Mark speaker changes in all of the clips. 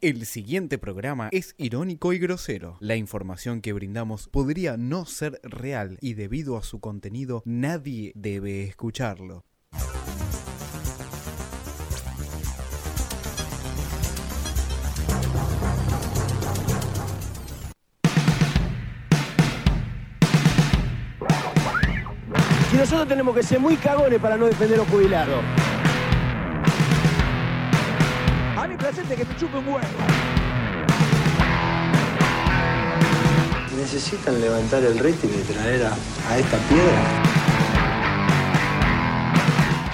Speaker 1: El siguiente programa es irónico y grosero. La información que brindamos podría no ser real y debido a su contenido nadie debe escucharlo.
Speaker 2: Si nosotros tenemos que ser muy cagones para no defender a los jubilados. A mí placente que me chupe un huevo.
Speaker 3: Necesitan levantar el rating y traer a, a esta piedra.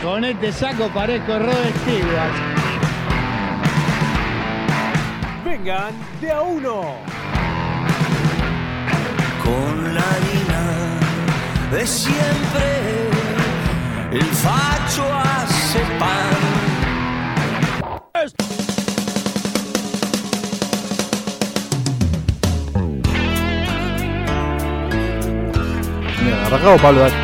Speaker 4: Con este saco parezco Rod Stewart.
Speaker 2: Vengan de a uno.
Speaker 5: con la harina de siempre. El facho hace pan.
Speaker 6: Mira, arrancamos Pablo. dale.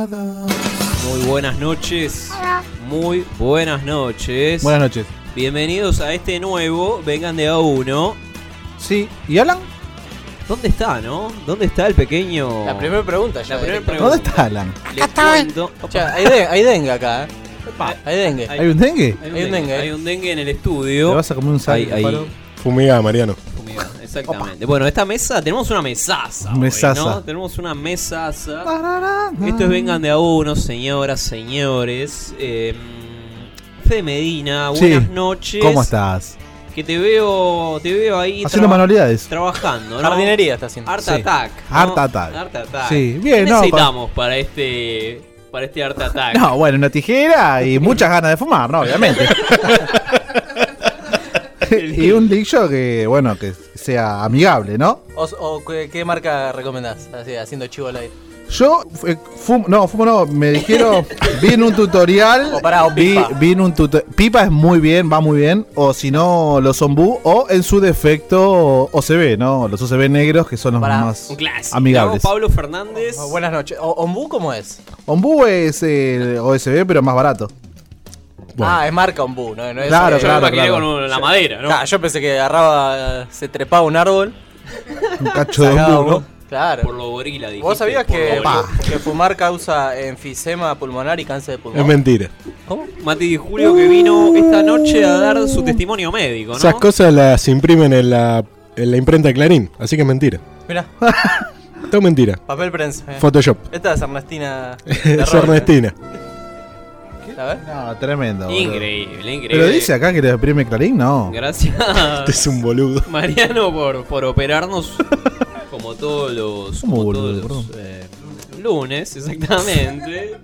Speaker 7: Muy buenas noches. Muy buenas noches.
Speaker 6: Buenas noches.
Speaker 7: Bienvenidos a este nuevo Vengan de a uno.
Speaker 6: Sí, ¿y Alan?
Speaker 7: ¿Dónde está, no? ¿Dónde está el pequeño?
Speaker 8: La primera pregunta, ya.
Speaker 7: La primera
Speaker 8: directo.
Speaker 6: ¿Dónde está Alan?
Speaker 7: Les cuento-
Speaker 8: O sea, hay, de- hay dengue acá, ¿eh?
Speaker 7: Opa.
Speaker 8: Hay dengue.
Speaker 7: Hay-
Speaker 6: ¿Hay un dengue?
Speaker 7: Hay
Speaker 8: Hay un dengue. ¿eh?
Speaker 7: Hay un dengue en el
Speaker 6: Te
Speaker 7: estudio.
Speaker 6: vas a comer un sal.
Speaker 7: Ahí, ahí.
Speaker 6: Pablo?
Speaker 9: Fumiga, Mariano.
Speaker 7: Fumiga, Exactamente. Bueno, esta mesa, tenemos una mesaza. hoy,
Speaker 6: Mesaza. Ah,
Speaker 7: ¿no? Tenemos una mesaza.
Speaker 6: Tarará,
Speaker 7: Esto es Vengan de a uno, señoras, señores. Eh, Fede Medina,
Speaker 6: Sí.
Speaker 7: buenas noches.
Speaker 6: ¿Cómo estás?
Speaker 7: Que te veo, te veo ahí
Speaker 6: Haciendo
Speaker 7: traba-
Speaker 6: manualidades.
Speaker 7: trabajando, ¿no?
Speaker 8: Jardinería está haciendo.
Speaker 7: Art
Speaker 8: Sí.
Speaker 7: Attack. ¿no?
Speaker 6: Art Attack.
Speaker 7: Art Attack.
Speaker 6: Sí, bien,
Speaker 7: ¿Qué
Speaker 6: no,
Speaker 7: necesitamos para este para este Art Attack?
Speaker 6: No, bueno, una tijera y muchas ganas de fumar, ¿no? Obviamente. y un dicho que, bueno, que sea amigable, ¿no?
Speaker 8: ¿O, o qué, qué marca recomendás? Así, haciendo chivo al aire.
Speaker 6: Yo eh, fumo, no, fumo no, me dijeron, vi en un tutorial,
Speaker 8: O pará, o
Speaker 6: vi,
Speaker 8: pipa.
Speaker 6: vi en un tutorial, pipa es muy bien, va muy bien, o si no, los ombú, o en su defecto OCB, ¿no? Los OCB negros que son los
Speaker 8: Pará,
Speaker 6: más
Speaker 7: Un clásico.
Speaker 6: amigables. Oh,
Speaker 7: ¿no? Pablo Fernández.
Speaker 8: O- buenas noches. O- ¿Ombú cómo es?
Speaker 6: Ombú es el OSB, pero más barato.
Speaker 9: Bueno.
Speaker 8: Ah, es marca Ombú, ¿no? no es-
Speaker 6: Claro,
Speaker 7: Yo me
Speaker 8: yo-
Speaker 6: claro.
Speaker 7: imaginé con la madera, ¿no?
Speaker 8: Claro, yo pensé que agarraba, se trepaba un árbol.
Speaker 6: Un cacho de
Speaker 8: sacaba
Speaker 6: ombú,
Speaker 8: ombú.
Speaker 6: ¿no?
Speaker 8: Claro.
Speaker 7: Por lo gorila, dijiste,
Speaker 8: ¿Vos sabías
Speaker 7: por
Speaker 8: que,
Speaker 7: lo gorila.
Speaker 8: que fumar causa enfisema pulmonar y cáncer de
Speaker 9: Es
Speaker 8: pulmón?
Speaker 9: mentira.
Speaker 7: ¿Cómo? Mati Di Julio que vino esta noche a dar su testimonio médico, ¿no?
Speaker 9: Esas cosas las imprimen en la, en la imprenta Clarín, así que es mentira.
Speaker 8: Mirá,
Speaker 9: Todo mentira.
Speaker 8: papel prensa. eh.
Speaker 9: Photoshop.
Speaker 8: Esta es Ernestina. de
Speaker 9: Es
Speaker 8: Rocha.
Speaker 9: Ernestina.
Speaker 8: ¿La ves?
Speaker 6: No, tremendo. boludo.
Speaker 7: Increíble, increíble.
Speaker 6: Pero dice acá que le exprime Clarín, no.
Speaker 9: Este
Speaker 7: Gracias,
Speaker 9: es un boludo.
Speaker 7: Mariano, por, por operarnos como todos los,
Speaker 6: ¿Cómo,
Speaker 7: como
Speaker 6: boludo?
Speaker 7: todos los,
Speaker 6: Perdón.
Speaker 7: eh, lunes, exactamente.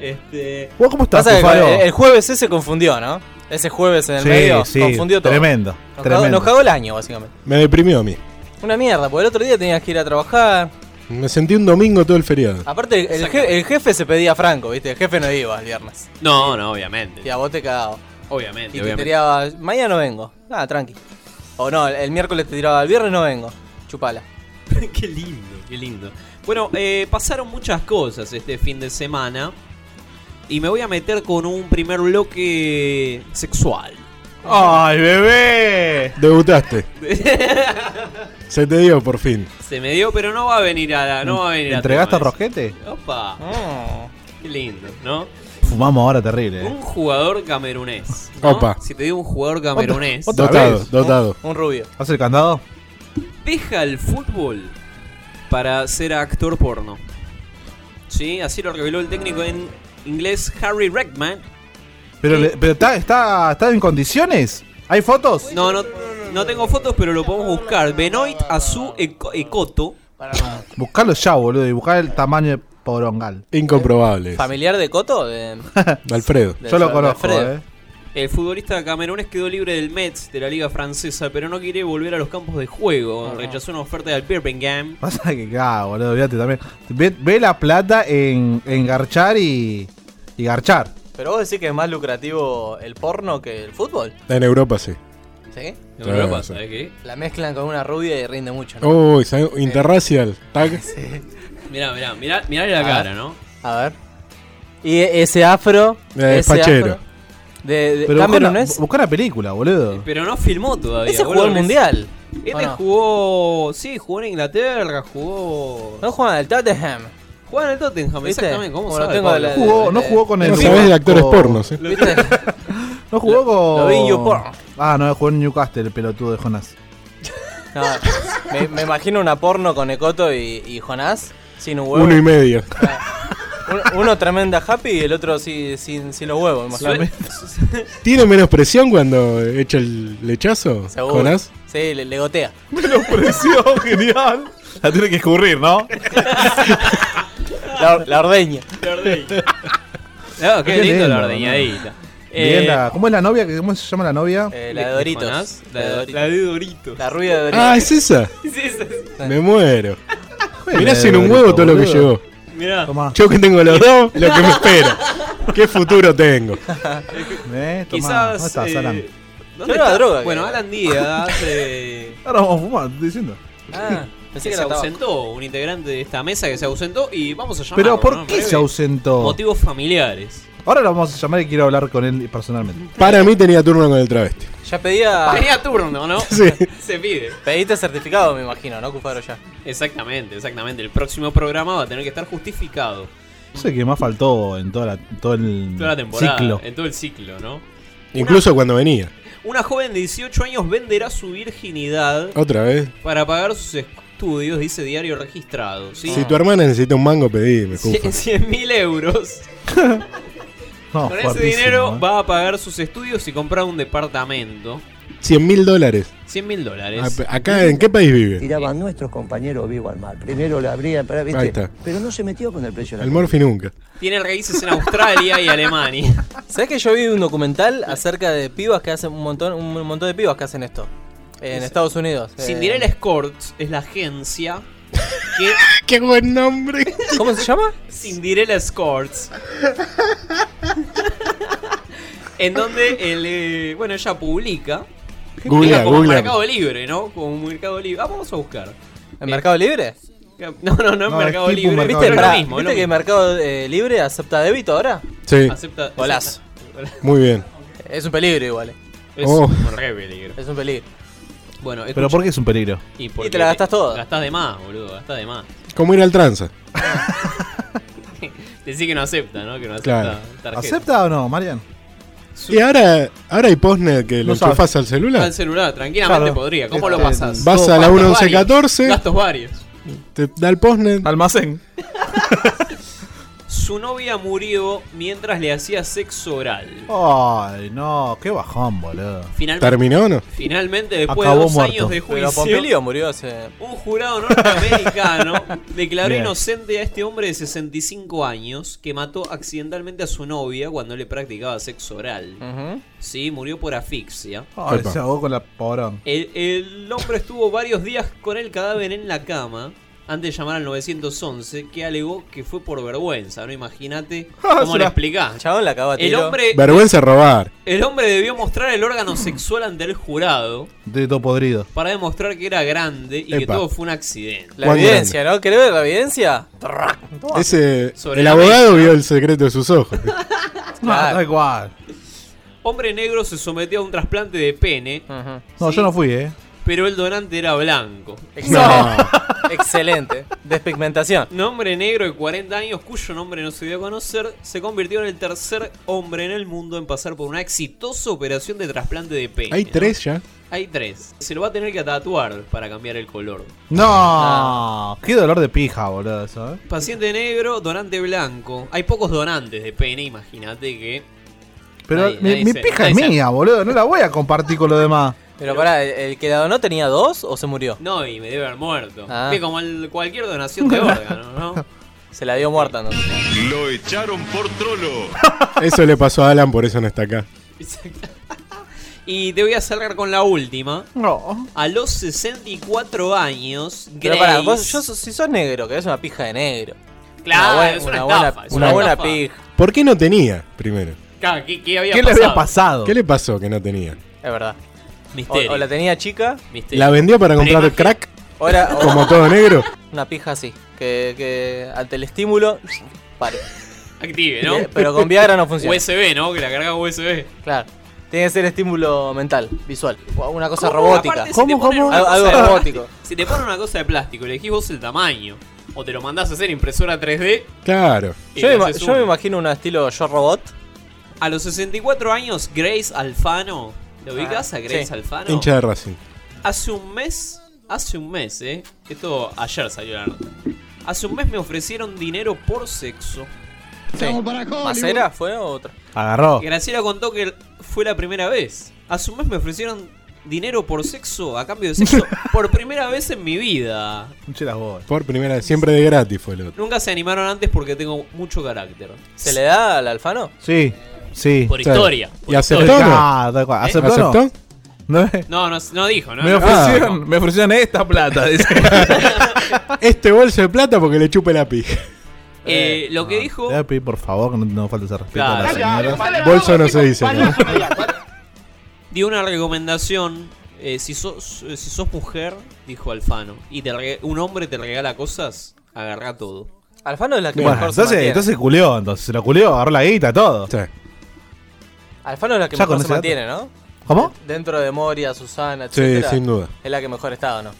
Speaker 7: Este,
Speaker 6: ¿Vos cómo estás,
Speaker 8: Pasa que
Speaker 6: Fufaro?
Speaker 8: el, el jueves ese confundió, ¿no? Ese jueves en el medio confundió todo.
Speaker 6: Tremendo,
Speaker 8: Nos cagó,
Speaker 6: tremendo.
Speaker 8: nos cagó el año, básicamente.
Speaker 9: Me deprimió a mí.
Speaker 8: Una mierda, porque el otro día tenías que ir a trabajar.
Speaker 9: Me sentí un domingo todo el feriado.
Speaker 8: Aparte, el, je- el jefe se pedía franco, ¿viste? El jefe no iba el viernes.
Speaker 7: no, no, obviamente.
Speaker 8: Y a vos te cagaba.
Speaker 7: Obviamente,
Speaker 8: Y te
Speaker 7: obviamente.
Speaker 8: tiraba, mañana no vengo. Ah, tranqui. O no, el, el miércoles te tiraba, el viernes no vengo. Chupala.
Speaker 7: qué lindo, qué lindo. Bueno, eh, pasaron muchas cosas este fin de semana. Y me voy a meter con un primer bloque sexual.
Speaker 6: ¡Ay, bebé!
Speaker 9: Debutaste. Se te dio por fin.
Speaker 7: Se me dio, pero no va a venir a la. No va a venir a
Speaker 6: ¿Entregaste el
Speaker 7: tema
Speaker 6: rosquete?
Speaker 7: ese. Opa,
Speaker 8: ¿Eh?
Speaker 6: Mm.
Speaker 7: qué lindo, ¿no?
Speaker 6: Fumamos ahora terrible. eh.
Speaker 7: Un jugador camerunés. ¿no?
Speaker 9: Opa.
Speaker 7: Si te digo un jugador camerunés,
Speaker 6: Otra
Speaker 9: Dotado,
Speaker 6: vez.
Speaker 9: dotado.
Speaker 8: Un rubio.
Speaker 6: ¿Hace el candado?
Speaker 7: deja el fútbol para ser actor porno. Sí, así lo reveló el técnico en inglés Harry Redknapp.
Speaker 6: Pero,
Speaker 7: Sí.
Speaker 6: le- pero está, está, está en condiciones. ¿Hay fotos?
Speaker 7: No, no, no tengo fotos, pero lo podemos buscar. Benoit Azu Eco- Ecoto.
Speaker 6: Buscalo ya, boludo, y buscar el tamaño de porongal.
Speaker 9: Incomprobable.
Speaker 8: ¿Familiar de Coto? De,
Speaker 9: Alfredo.
Speaker 8: de-
Speaker 6: Yo lo
Speaker 8: de
Speaker 6: conozco,
Speaker 8: Alfredo.
Speaker 6: eh.
Speaker 7: El futbolista camerunés quedó libre del Metz de la liga francesa, pero no quiere volver a los campos de juego. Rechazó una oferta del Birmingham.
Speaker 6: Pasa que, claro, boludo, olvídate también. Ve, ve la plata en, en garchar y, y garchar.
Speaker 8: Pero vos decís que es más lucrativo el porno que el fútbol,
Speaker 9: En Europa sí.
Speaker 8: ¿sí?
Speaker 7: En Europa,
Speaker 9: Ah, sí.
Speaker 7: ¿sabés qué?
Speaker 8: La mezclan con una rubia y rinde mucho, ¿no?
Speaker 9: Uy, ¿sabes? interracial. Tag.
Speaker 7: Mirá, mirá, mirá, mirá la
Speaker 8: Ah.
Speaker 7: cara, ¿no?
Speaker 8: A ver. Y e- ese afro.
Speaker 9: Eh,
Speaker 8: ese
Speaker 9: fachero.
Speaker 8: afro de, de
Speaker 6: Pero busca
Speaker 8: Cameron,
Speaker 6: la,
Speaker 8: ¿no es?
Speaker 6: busca la película, boludo.
Speaker 7: Pero no filmó todavía.
Speaker 8: Ese jugó
Speaker 7: boludo.
Speaker 8: el mundial. ¿o
Speaker 7: Este
Speaker 8: no?
Speaker 7: jugó. Sí, jugó en Inglaterra, jugó.
Speaker 8: No juega el Tottenham.
Speaker 7: Jugaba en el Tottenham,
Speaker 8: ¿Viste?
Speaker 7: exactamente. ¿Cómo
Speaker 8: Como lo
Speaker 7: sabe,
Speaker 8: tengo
Speaker 7: Pablo?
Speaker 8: la-
Speaker 6: Jugó- no jugó con el.
Speaker 9: No sabés de actores
Speaker 6: con-
Speaker 9: pornos, ¿eh?
Speaker 8: ¿Viste?
Speaker 6: No jugó con.
Speaker 8: lo vi en YouPorn.
Speaker 6: Ah, no, jugó en Newcastle, el pelotudo de Jonas.
Speaker 8: No, me, me imagino una porno con Ecoto y, y Jonás. Sin un huevo.
Speaker 9: Uno y
Speaker 8: Un-
Speaker 9: medio.
Speaker 8: Uno, tremenda happy y el otro sin, sin, sin los huevos. me imagino.
Speaker 7: Sue-
Speaker 9: ¿Tiene menos presión cuando echa el lechazo?
Speaker 8: Seguro.
Speaker 9: Jonás.
Speaker 8: Sí, le, le gotea.
Speaker 6: Presión, genial. La tiene que escurrir, ¿no?
Speaker 8: La, la ordeña.
Speaker 7: Ah, qué,
Speaker 6: Qué
Speaker 7: lindo la
Speaker 6: lindo,
Speaker 7: ordeñadita.
Speaker 6: Bien,
Speaker 7: Eh,
Speaker 6: la- ¿Cómo es la novia? ¿Cómo se llama la novia?
Speaker 8: Eh, la de Doritos.
Speaker 7: Jonás,
Speaker 8: La de Doritos.
Speaker 7: de Doritos.
Speaker 8: La rubia de Doritos.
Speaker 9: Ah, ¿es esa? Me muero.
Speaker 6: Joder,
Speaker 9: Mirá sin un huevo todo lo que
Speaker 6: boludo.
Speaker 9: llegó.
Speaker 7: Mirá,
Speaker 6: Tomá.
Speaker 9: Yo que tengo los dos, lo que me espera. ¿Qué futuro tengo?
Speaker 6: Eh, tomá.
Speaker 7: quizás.
Speaker 6: ¿Dónde estás,
Speaker 7: eh,
Speaker 6: Alan?
Speaker 7: ¿Dónde
Speaker 8: Yo era
Speaker 7: está?
Speaker 8: droga,
Speaker 7: Bueno,
Speaker 8: que-
Speaker 7: Alan Díaz hace.
Speaker 6: Ahora vamos a fumar, te estoy diciendo.
Speaker 8: Ah, pensé
Speaker 7: que
Speaker 8: que
Speaker 7: se
Speaker 8: era tabaco.
Speaker 7: ausentó un integrante de esta mesa que se ausentó y vamos a llamar.
Speaker 6: Pero ¿por qué se ausentó?
Speaker 7: Motivos familiares.
Speaker 6: Ahora lo vamos a llamar y quiero hablar con él personalmente.
Speaker 9: Para mí tenía turno con el travesti.
Speaker 8: Ya pedía.
Speaker 7: Tenía turno, ¿no?
Speaker 9: Sí.
Speaker 7: Se pide.
Speaker 8: Pediste certificado, me imagino, ¿no, Cufaro? Ya.
Speaker 7: Exactamente, exactamente. El próximo programa va a tener que estar justificado.
Speaker 6: No sé qué más faltó en toda la, todo el
Speaker 7: Toda la temporada. Eh,
Speaker 6: ciclo.
Speaker 7: En todo el ciclo, ¿no?
Speaker 9: Incluso cuando venía.
Speaker 7: Una joven de 18 años venderá su virginidad
Speaker 9: Otra vez.
Speaker 7: para pagar sus estudios, dice diario registrado. ¿sí?
Speaker 9: Si tu hermana necesita un mango, pedime, Cufa.
Speaker 7: 100 mil euros.
Speaker 6: No,
Speaker 7: Con ese
Speaker 6: fuertísimo,
Speaker 7: dinero
Speaker 6: eh.
Speaker 7: va a pagar sus estudios y comprar un departamento.
Speaker 9: 100 mil dólares.
Speaker 7: 100 mil dólares.
Speaker 9: A- ¿Acá en qué país vive?
Speaker 2: Tiraban nuestros compañeros vivo al mar. Primero la abrían para, ¿viste?
Speaker 9: Ahí está.
Speaker 2: Pero no se metió con el precio de
Speaker 9: El
Speaker 2: la
Speaker 9: Morphy nunca.
Speaker 7: Tiene raíces en Australia y Alemania.
Speaker 8: ¿Sabés que yo vi un documental acerca de pibas que hacen un montón, un montón de pibas que hacen esto? En Estados Unidos. Eh,
Speaker 7: Cinderella Escorts es la agencia que
Speaker 9: ¡Qué buen nombre!
Speaker 8: ¿Cómo se llama?
Speaker 7: Cinderella Escorts. en donde el, eh, bueno, ella publica.
Speaker 9: Googlea,
Speaker 7: Era como
Speaker 9: googlea.
Speaker 7: Mercado Libre, ¿no? Como un Mercado Libre. Ah, vamos a buscar.
Speaker 8: ¿En Mercado Libre?
Speaker 7: No, no, no, en
Speaker 6: No, es
Speaker 7: Mercado
Speaker 6: tipo
Speaker 7: Libre.
Speaker 6: un Mercado
Speaker 7: pero
Speaker 8: ¿Viste,
Speaker 7: es
Speaker 8: pará,
Speaker 7: lo mismo, es
Speaker 8: ¿viste
Speaker 7: lo
Speaker 8: que
Speaker 7: mismo.
Speaker 8: Mercado eh, Libre acepta débito ahora?
Speaker 9: Sí,
Speaker 7: Acepta.
Speaker 8: Golazo.
Speaker 9: muy bien.
Speaker 8: Es un peligro igual. eh.
Speaker 7: Es
Speaker 9: Oh.
Speaker 7: un re peligro.
Speaker 8: Es un peligro.
Speaker 7: Bueno,
Speaker 6: Pero
Speaker 7: escucha-
Speaker 6: ¿por qué es un peligro?
Speaker 7: Y, porque
Speaker 8: te la gastás toda.
Speaker 7: Gastás de más, boludo, gastás de más.
Speaker 9: ¿Cómo ir al tranza?
Speaker 7: Decir que no acepta, ¿no? Que no acepta
Speaker 9: Claro.
Speaker 7: tarjeta.
Speaker 6: ¿Acepta o no, Marian?
Speaker 9: Y ahora, ahora hay postnet que lo
Speaker 6: No sabe.
Speaker 9: enchufás al
Speaker 7: Está
Speaker 9: celular.
Speaker 7: el celular, tranquilamente
Speaker 6: Claro.
Speaker 7: podría. ¿Cómo lo
Speaker 6: Este,
Speaker 7: pasás?
Speaker 9: Vas a la
Speaker 7: Gastos
Speaker 9: 1114.
Speaker 7: varios, Gastos varios.
Speaker 9: Te da el postnet.
Speaker 8: Ah,
Speaker 6: Almacén.
Speaker 7: Su novia murió mientras le hacía sexo oral.
Speaker 6: Oh. Ay, no, qué bajón, boludo.
Speaker 7: Finalmente,
Speaker 9: ¿Terminó o no?
Speaker 7: finalmente después
Speaker 6: Acabó
Speaker 7: de dos
Speaker 6: muerto.
Speaker 7: años de
Speaker 8: Pero
Speaker 7: juicio,
Speaker 8: Pompilio murió hace.
Speaker 7: un jurado norteamericano declaró
Speaker 6: Bien.
Speaker 7: inocente a este hombre de 65 años que mató accidentalmente a su novia cuando le practicaba sexo oral.
Speaker 8: Ujú.
Speaker 7: Sí, murió por asfixia.
Speaker 6: Ay,
Speaker 9: Epa.
Speaker 6: se ahogó con la porón.
Speaker 7: El, el hombre estuvo varios días con el cadáver en la cama antes de llamar al 911, que alegó que fue por vergüenza. No imagínate cómo
Speaker 6: se
Speaker 7: le
Speaker 6: la-
Speaker 7: explicás.
Speaker 8: Chabón la acaba
Speaker 7: El hombre,
Speaker 9: Vergüenza robar.
Speaker 7: el hombre debió mostrar el órgano sexual ante el jurado
Speaker 6: Estoy todo podrido.
Speaker 7: para demostrar que era grande y que
Speaker 9: Epa.
Speaker 7: todo fue un accidente.
Speaker 8: La
Speaker 9: Juan
Speaker 8: evidencia, ¿no? ¿Querés ver la evidencia?
Speaker 9: Ese,
Speaker 7: Sobre
Speaker 9: el
Speaker 7: la
Speaker 9: abogado vio el secreto de sus ojos.
Speaker 6: No,
Speaker 8: Claro.
Speaker 6: da igual.
Speaker 7: Hombre negro se sometió a un trasplante de pene,
Speaker 8: Ujú.
Speaker 6: No,
Speaker 7: Sí.
Speaker 6: yo no fui, eh.
Speaker 7: pero el donante era blanco.
Speaker 9: No.
Speaker 8: Excelente. Despigmentación.
Speaker 7: Un hombre negro de 40 años, cuyo nombre no se dio a conocer, se convirtió en el tercer hombre en el mundo en pasar por una exitosa operación de trasplante de pene.
Speaker 9: Hay
Speaker 7: ¿no?
Speaker 9: tres ya.
Speaker 7: Hay tres. Se lo va a tener que tatuar para cambiar el color.
Speaker 6: No, qué dolor de pija, boludo, eso, eh.
Speaker 7: Paciente negro, donante blanco. Hay pocos donantes de pene, imagínate que.
Speaker 6: Pero
Speaker 7: Nadie-
Speaker 6: mi,
Speaker 7: nadie
Speaker 6: mi
Speaker 7: se-
Speaker 6: pija
Speaker 7: nadie
Speaker 6: es
Speaker 7: se-
Speaker 6: mía, boludo. No la voy a compartir con los demás.
Speaker 8: Pero pará, ¿el- ¿el que la donó tenía dos o se murió?
Speaker 7: No, y me debe haber muerto.
Speaker 8: Ah.
Speaker 7: Que como el- cualquier donación de órgano, ¿no?
Speaker 8: Se la dio muerta, ¿no?
Speaker 10: Lo echaron por trolo.
Speaker 9: Eso le pasó a Alan, por eso no está acá.
Speaker 7: Exacto. y te voy a cerrar con la última.
Speaker 6: No.
Speaker 7: A los 64 años,
Speaker 8: Pero pará,
Speaker 7: Grace-
Speaker 8: vos, yo, so- si sos negro, querés una pija de negro.
Speaker 7: Claro,
Speaker 8: buen-
Speaker 7: es una, estafa, es
Speaker 8: buena, una buena
Speaker 7: estafa.
Speaker 8: pija.
Speaker 9: ¿Por qué no tenía primero?
Speaker 7: Claro, ¿qué, qué había
Speaker 6: ¿Qué le
Speaker 7: pasado?
Speaker 6: había pasado?
Speaker 9: ¿Qué le pasó que no tenía?
Speaker 8: Es verdad. O,
Speaker 7: Misterio.
Speaker 8: o la tenía chica,
Speaker 7: Misterio.
Speaker 9: ¿La vendió para comprar
Speaker 7: Prima-
Speaker 9: crack
Speaker 8: o era o-
Speaker 9: como todo negro?
Speaker 8: una pija así. Que, que ante el estímulo, pare.
Speaker 7: Active, ¿no?
Speaker 8: Eh, Pero con Viagra no funciona.
Speaker 7: USB, ¿no? Que la carga USB.
Speaker 8: Claro. Tiene que ser estímulo mental, visual. O Una cosa robótica.
Speaker 7: Aparte, si te
Speaker 6: ¿Cómo,
Speaker 7: ponen
Speaker 6: cómo?
Speaker 7: una
Speaker 8: Algo-
Speaker 7: cosa
Speaker 8: algo
Speaker 7: de
Speaker 8: robótico.
Speaker 7: plástico- Si te ponen una cosa de plástico y elegís vos el tamaño, o te lo mandás a hacer impresora 3D,
Speaker 9: Claro.
Speaker 7: y
Speaker 8: Yo,
Speaker 7: le
Speaker 8: me, ima-
Speaker 7: haces
Speaker 8: yo me
Speaker 7: uno.
Speaker 8: imagino un estilo yo robot.
Speaker 7: A los 64 años, Grace Alfano. ¿Lo ubicas a Grace
Speaker 8: Ah, sí.
Speaker 7: Alfano?
Speaker 9: Hincha de Racing.
Speaker 7: Hace un mes, hace un mes, ¿eh? Esto ayer salió la nota. Hace un mes me ofrecieron dinero por sexo.
Speaker 8: Sí.
Speaker 4: Vamos para Hollywood.
Speaker 8: ¿Macera fue o otro?
Speaker 6: Agarró.
Speaker 7: Graciela contó que fue la primera vez. Hace un mes me ofrecieron dinero por sexo, a cambio de sexo, por primera vez en mi vida.
Speaker 6: Pinche las bolas.
Speaker 9: Por primera vez. Siempre de gratis fue el otro.
Speaker 7: Nunca se animaron antes porque tengo mucho carácter.
Speaker 8: ¿Se le da al Alfano?
Speaker 6: Sí, sí.
Speaker 7: Por
Speaker 9: Sí.
Speaker 7: historia. por
Speaker 9: ¿Y aceptó
Speaker 7: historia.
Speaker 9: o no?
Speaker 6: Ah, tal cual. ¿Aceptó? o
Speaker 9: ¿Aceptó?
Speaker 6: No. No, eh.
Speaker 7: No, no, no dijo, ¿no?
Speaker 6: me,
Speaker 7: no.
Speaker 6: ofrecieron, me ofrecieron esta plata. dice.
Speaker 9: Este bolso de plata porque le chupe la pija.
Speaker 7: Eh, lo que dijo.
Speaker 6: Ah. Te voy a pedir, por favor, que no, no falte ese respeto a las
Speaker 7: Claro.
Speaker 6: señoras.
Speaker 9: Bolso no se dice. ¿no?
Speaker 7: dio una recomendación. eh, si, sos, eh, si sos mujer, dijo Alfano, y te rega- un hombre te regala cosas, agarra todo.
Speaker 8: Alfano es la que
Speaker 6: Bueno,
Speaker 8: mejor
Speaker 6: entonces,
Speaker 8: se mantiene.
Speaker 6: entonces culió, entonces se lo culió, agarró la guita, todo.
Speaker 9: Sí.
Speaker 8: Alfano es la que
Speaker 6: Ya
Speaker 8: mejor
Speaker 6: con
Speaker 8: se
Speaker 6: ese
Speaker 8: mantiene, ¿no?
Speaker 6: ¿Cómo?
Speaker 8: Dentro de Moria, Susana,
Speaker 9: Sí,
Speaker 8: etc.
Speaker 9: sin duda.
Speaker 8: Es la que mejor estado, ¿no?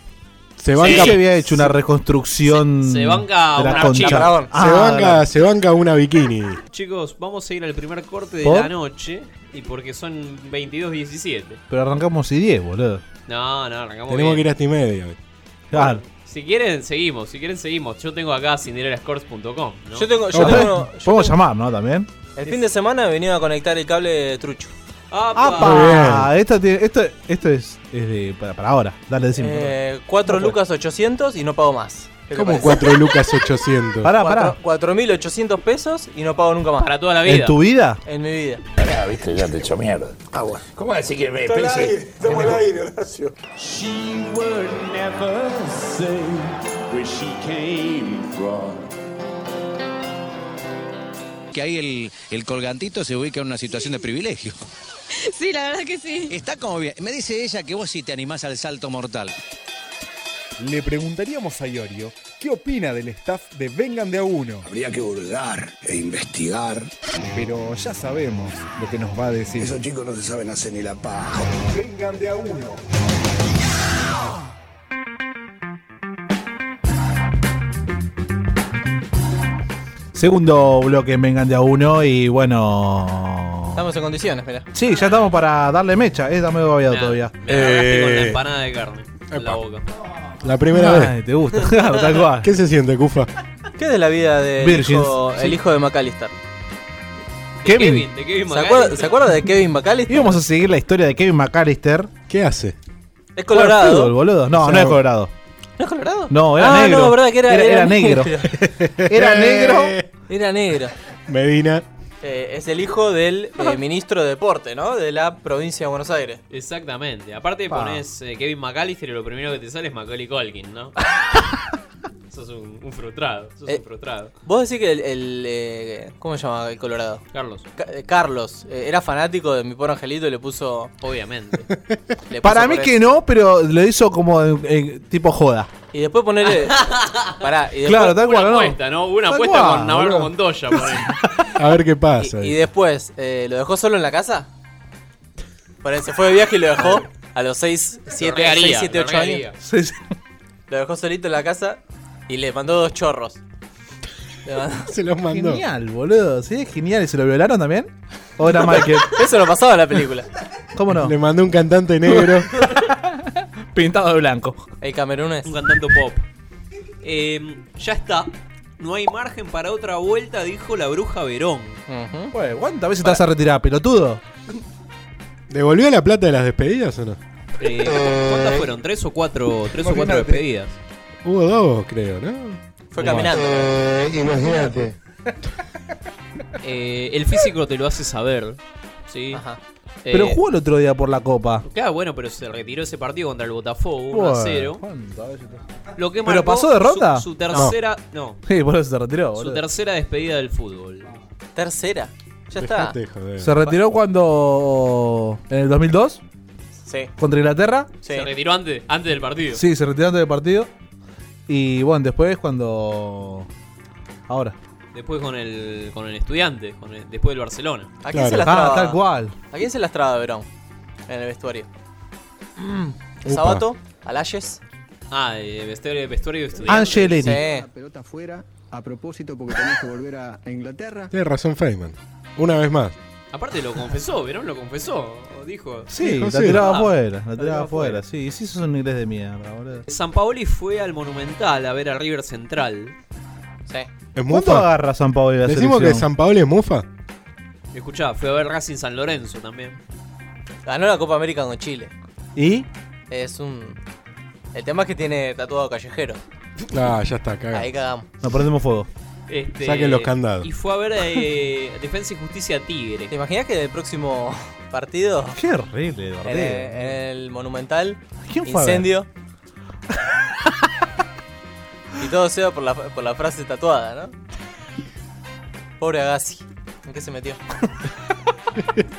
Speaker 9: Se
Speaker 6: Sí,
Speaker 9: banca,
Speaker 6: se había hecho una reconstrucción
Speaker 7: Se- se banca
Speaker 6: de la
Speaker 7: una
Speaker 6: concha.
Speaker 7: chica.
Speaker 8: Perdón.
Speaker 6: Ah,
Speaker 9: se, banca
Speaker 6: verdad.
Speaker 9: se banca una bikini.
Speaker 7: Chicos, vamos a ir al primer corte de
Speaker 6: ¿Por?
Speaker 7: la noche, y porque son 22.17.
Speaker 6: Pero arrancamos y 10, boludo.
Speaker 7: No, no, arrancamos.
Speaker 9: Tenemos que
Speaker 7: bien.
Speaker 9: ir hasta y media. hoy.
Speaker 6: Claro.
Speaker 7: Si quieren, seguimos. Si quieren, seguimos. Yo tengo acá cinderellascores.com. ¿no?
Speaker 8: Yo tengo. Yo
Speaker 9: No,
Speaker 8: tengo uno- yo
Speaker 6: Podemos
Speaker 8: tengo-
Speaker 6: llamar, ¿no? También.
Speaker 8: El fin de semana he venido a conectar el cable trucho.
Speaker 6: Ah,
Speaker 7: ¡Apa!
Speaker 6: ¡Apa! Esto, tiene- esto, esto es, es de, para, para ahora. Dale, decime.
Speaker 8: Eh, 4
Speaker 6: ¿Cómo fue?
Speaker 8: lucas 800 y no pago más. ¿Qué te
Speaker 9: Como
Speaker 8: parece?
Speaker 9: 4 lucas 800.
Speaker 6: pará, pará.
Speaker 8: Cuatro- 4.800 pesos y no pago nunca más.
Speaker 7: Para toda la vida.
Speaker 6: ¿En tu vida?
Speaker 8: En mi vida.
Speaker 5: Que ahí el, el colgantito se ubica en una situación de privilegio.
Speaker 11: Sí, la verdad que sí.
Speaker 5: Está como bien. Me dice ella que vos sí te animás al salto mortal.
Speaker 1: Le preguntaríamos a Iorio qué opina del staff de Vengan de a uno.
Speaker 3: Habría que burlar e investigar.
Speaker 1: Pero ya sabemos lo que nos va a decir.
Speaker 3: Esos chicos no se saben hacer ni la paja.
Speaker 1: Vengan de a uno.
Speaker 6: Segundo bloque en Vengan de a uno y bueno.
Speaker 8: Estamos en condiciones, mira.
Speaker 6: Sí, ya estamos para darle mecha. Es medio babiado
Speaker 7: Nah,
Speaker 6: todavía.
Speaker 7: Me agarraste con la
Speaker 9: Eh.
Speaker 7: empanada de carne. En la
Speaker 9: Epa.
Speaker 7: boca.
Speaker 9: La primera
Speaker 6: Ay,
Speaker 9: vez.
Speaker 6: te gusta. Claro, tal cual.
Speaker 9: ¿Qué se siente, Cufa?
Speaker 8: ¿Qué es de la vida del
Speaker 6: Virgins,
Speaker 8: hijo, el hijo de McAllister?
Speaker 6: Kevin.
Speaker 7: de Kevin
Speaker 8: ¿Se acuerda,
Speaker 7: McAllister.
Speaker 8: ¿Se acuerda de Kevin McAllister?
Speaker 6: Íbamos a seguir la historia de Kevin McAllister.
Speaker 9: ¿Qué hace?
Speaker 8: Es
Speaker 6: Juega al fútbol,
Speaker 8: colorado.
Speaker 6: boludo. No,
Speaker 9: O sea,
Speaker 6: no es colorado.
Speaker 8: ¿No es colorado?
Speaker 6: No, era
Speaker 8: Ah,
Speaker 6: negro.
Speaker 8: no, verdad que era-
Speaker 6: era,
Speaker 8: era
Speaker 6: era negro. era
Speaker 9: Eh,
Speaker 6: negro.
Speaker 8: Era negro.
Speaker 9: Medina.
Speaker 8: Eh, es el hijo del eh, ministro de deporte, ¿no? De la provincia de Buenos Aires.
Speaker 7: Exactamente. Aparte
Speaker 6: Pa.
Speaker 7: pones eh, Kevin McAllister y lo primero que te sale es Macaulay Culkin, ¿no? sos un, un frustrado, sos
Speaker 8: Eh.
Speaker 7: un frustrado.
Speaker 8: Vos decís que el... el, eh, ¿Cómo se llama el colorado?
Speaker 7: Carlos,
Speaker 8: Ca- eh, Carlos eh, era fanático de mi pobre angelito y le puso.
Speaker 7: obviamente.
Speaker 8: le puso
Speaker 6: Para mí
Speaker 8: por
Speaker 6: que
Speaker 8: eso.
Speaker 6: no, pero lo hizo como eh, eh, tipo joda.
Speaker 8: Y después ponerle. Pará, y después,
Speaker 6: Claro, tal
Speaker 7: Una
Speaker 6: cual, ¿no?
Speaker 7: apuesta, ¿no? Una
Speaker 6: Tal
Speaker 7: apuesta
Speaker 6: cual,
Speaker 7: con Navarro
Speaker 6: boludo.
Speaker 7: Montoya, por ahí.
Speaker 9: A ver qué
Speaker 8: y,
Speaker 9: pasa.
Speaker 8: y después, eh, ¿lo dejó solo en la casa? Por ahí se fue de viaje y lo dejó a los 6, 7,
Speaker 7: regaría,
Speaker 8: 6, 7,
Speaker 7: lo
Speaker 8: 8
Speaker 7: regaría.
Speaker 8: años. Lo dejó solito en la casa y le mandó dos chorros. Le mandó-
Speaker 9: se los mandó.
Speaker 6: Genial, boludo. Sí, es genial. ¿Y se lo violaron también? ¿O era Michael?
Speaker 8: Eso lo pasaba en la película.
Speaker 6: ¿Cómo no?
Speaker 9: Le mandó un cantante negro.
Speaker 6: Pintado de blanco.
Speaker 8: El camerunés.
Speaker 7: un cantante pop. Eh, ya está. No hay margen para otra vuelta, dijo la bruja Verón.
Speaker 8: Ujú.
Speaker 6: Bueno, ¿cuántas veces te vas a retirar, pelotudo?
Speaker 9: ¿Devolvió la plata de las despedidas o no?
Speaker 7: Eh, ¿Cuántas fueron? ¿Tres o cuatro, tres o cuatro despedidas?
Speaker 9: Hubo dos, creo, ¿no?
Speaker 8: Fue caminando.
Speaker 2: imagínate.
Speaker 7: Eh, el físico te lo hace saber. ¿sí?
Speaker 8: Ajá.
Speaker 7: Eh,
Speaker 6: Pero jugó el otro día por la copa.
Speaker 7: Claro, Pues bueno, pero se retiró ese partido contra el Botafogo 1 a 0.
Speaker 6: ¿cuántas veces te-
Speaker 7: Lo que
Speaker 6: ¿Pero
Speaker 7: marcó
Speaker 6: pasó de ronda?
Speaker 7: Su, su tercera, no,
Speaker 6: Sí, boludo, se retiró,
Speaker 7: su
Speaker 6: boludo.
Speaker 7: tercera despedida del fútbol.
Speaker 8: Tercera. Ya está.
Speaker 9: Dejate de joder.
Speaker 6: Se retiró cuando. ¿En el 2002?
Speaker 8: Sí.
Speaker 6: ¿Contra Inglaterra?
Speaker 8: Sí.
Speaker 7: Se retiró antes, antes del partido.
Speaker 6: Sí, se retiró antes del partido. Y bueno, después cuando. Ahora.
Speaker 7: Después con el, con el estudiante, con el- después del Barcelona.
Speaker 8: ¿A quién
Speaker 9: Claro.
Speaker 8: se las
Speaker 6: Ah,
Speaker 8: traba?
Speaker 6: tal cual.
Speaker 8: ¿A quién se las traba Verón? En el vestuario.
Speaker 6: Mm.
Speaker 9: Upa.
Speaker 8: Sabato, Alayes.
Speaker 7: Ah, eh, vestuario, vestuario de estudiante.
Speaker 6: Angelini.
Speaker 8: Sí.
Speaker 2: pelota afuera a propósito porque tenés que volver a Inglaterra.
Speaker 9: Tiene razón Feynman. Una vez más.
Speaker 7: Aparte lo confesó, Verón lo confesó. Dijo.
Speaker 6: Sí,
Speaker 9: Hijo,
Speaker 6: la
Speaker 9: sí.
Speaker 6: tiraba
Speaker 7: Ah,
Speaker 6: afuera. La
Speaker 7: la
Speaker 6: tiraba
Speaker 7: tiraba
Speaker 6: afuera, sí. Sí, eso es un inglés de mierda, boludo.
Speaker 7: San Paoli fue al Monumental a ver a River Central.
Speaker 8: Sí.
Speaker 9: ¿Es
Speaker 6: ¿Cuánto
Speaker 9: mufa?
Speaker 6: agarra San Paolo la
Speaker 9: ¿Decimos que
Speaker 6: selección?
Speaker 9: San Paolo es mufa?
Speaker 7: Escuchá, fue a ver Racing San Lorenzo también.
Speaker 8: Ganó la Copa América con Chile.
Speaker 6: ¿Y?
Speaker 8: Es un. El tema es que tiene tatuado callejero.
Speaker 9: Ah, ya está, cagado.
Speaker 8: Ahí cagamos.
Speaker 6: Nos prendemos fuego.
Speaker 7: Este,
Speaker 9: Saquen los candados.
Speaker 7: Y fue a ver eh, Defensa y Justicia Tigre.
Speaker 8: ¿Te imaginas que el próximo partido.
Speaker 6: Qué horrible, de
Speaker 8: En el, en Eh, el Monumental.
Speaker 6: ¿Quién fue? a ver?
Speaker 8: Incendio. y todo sea por la, por la frase tatuada, ¿no? Pobre Agassi. ¿En qué se metió?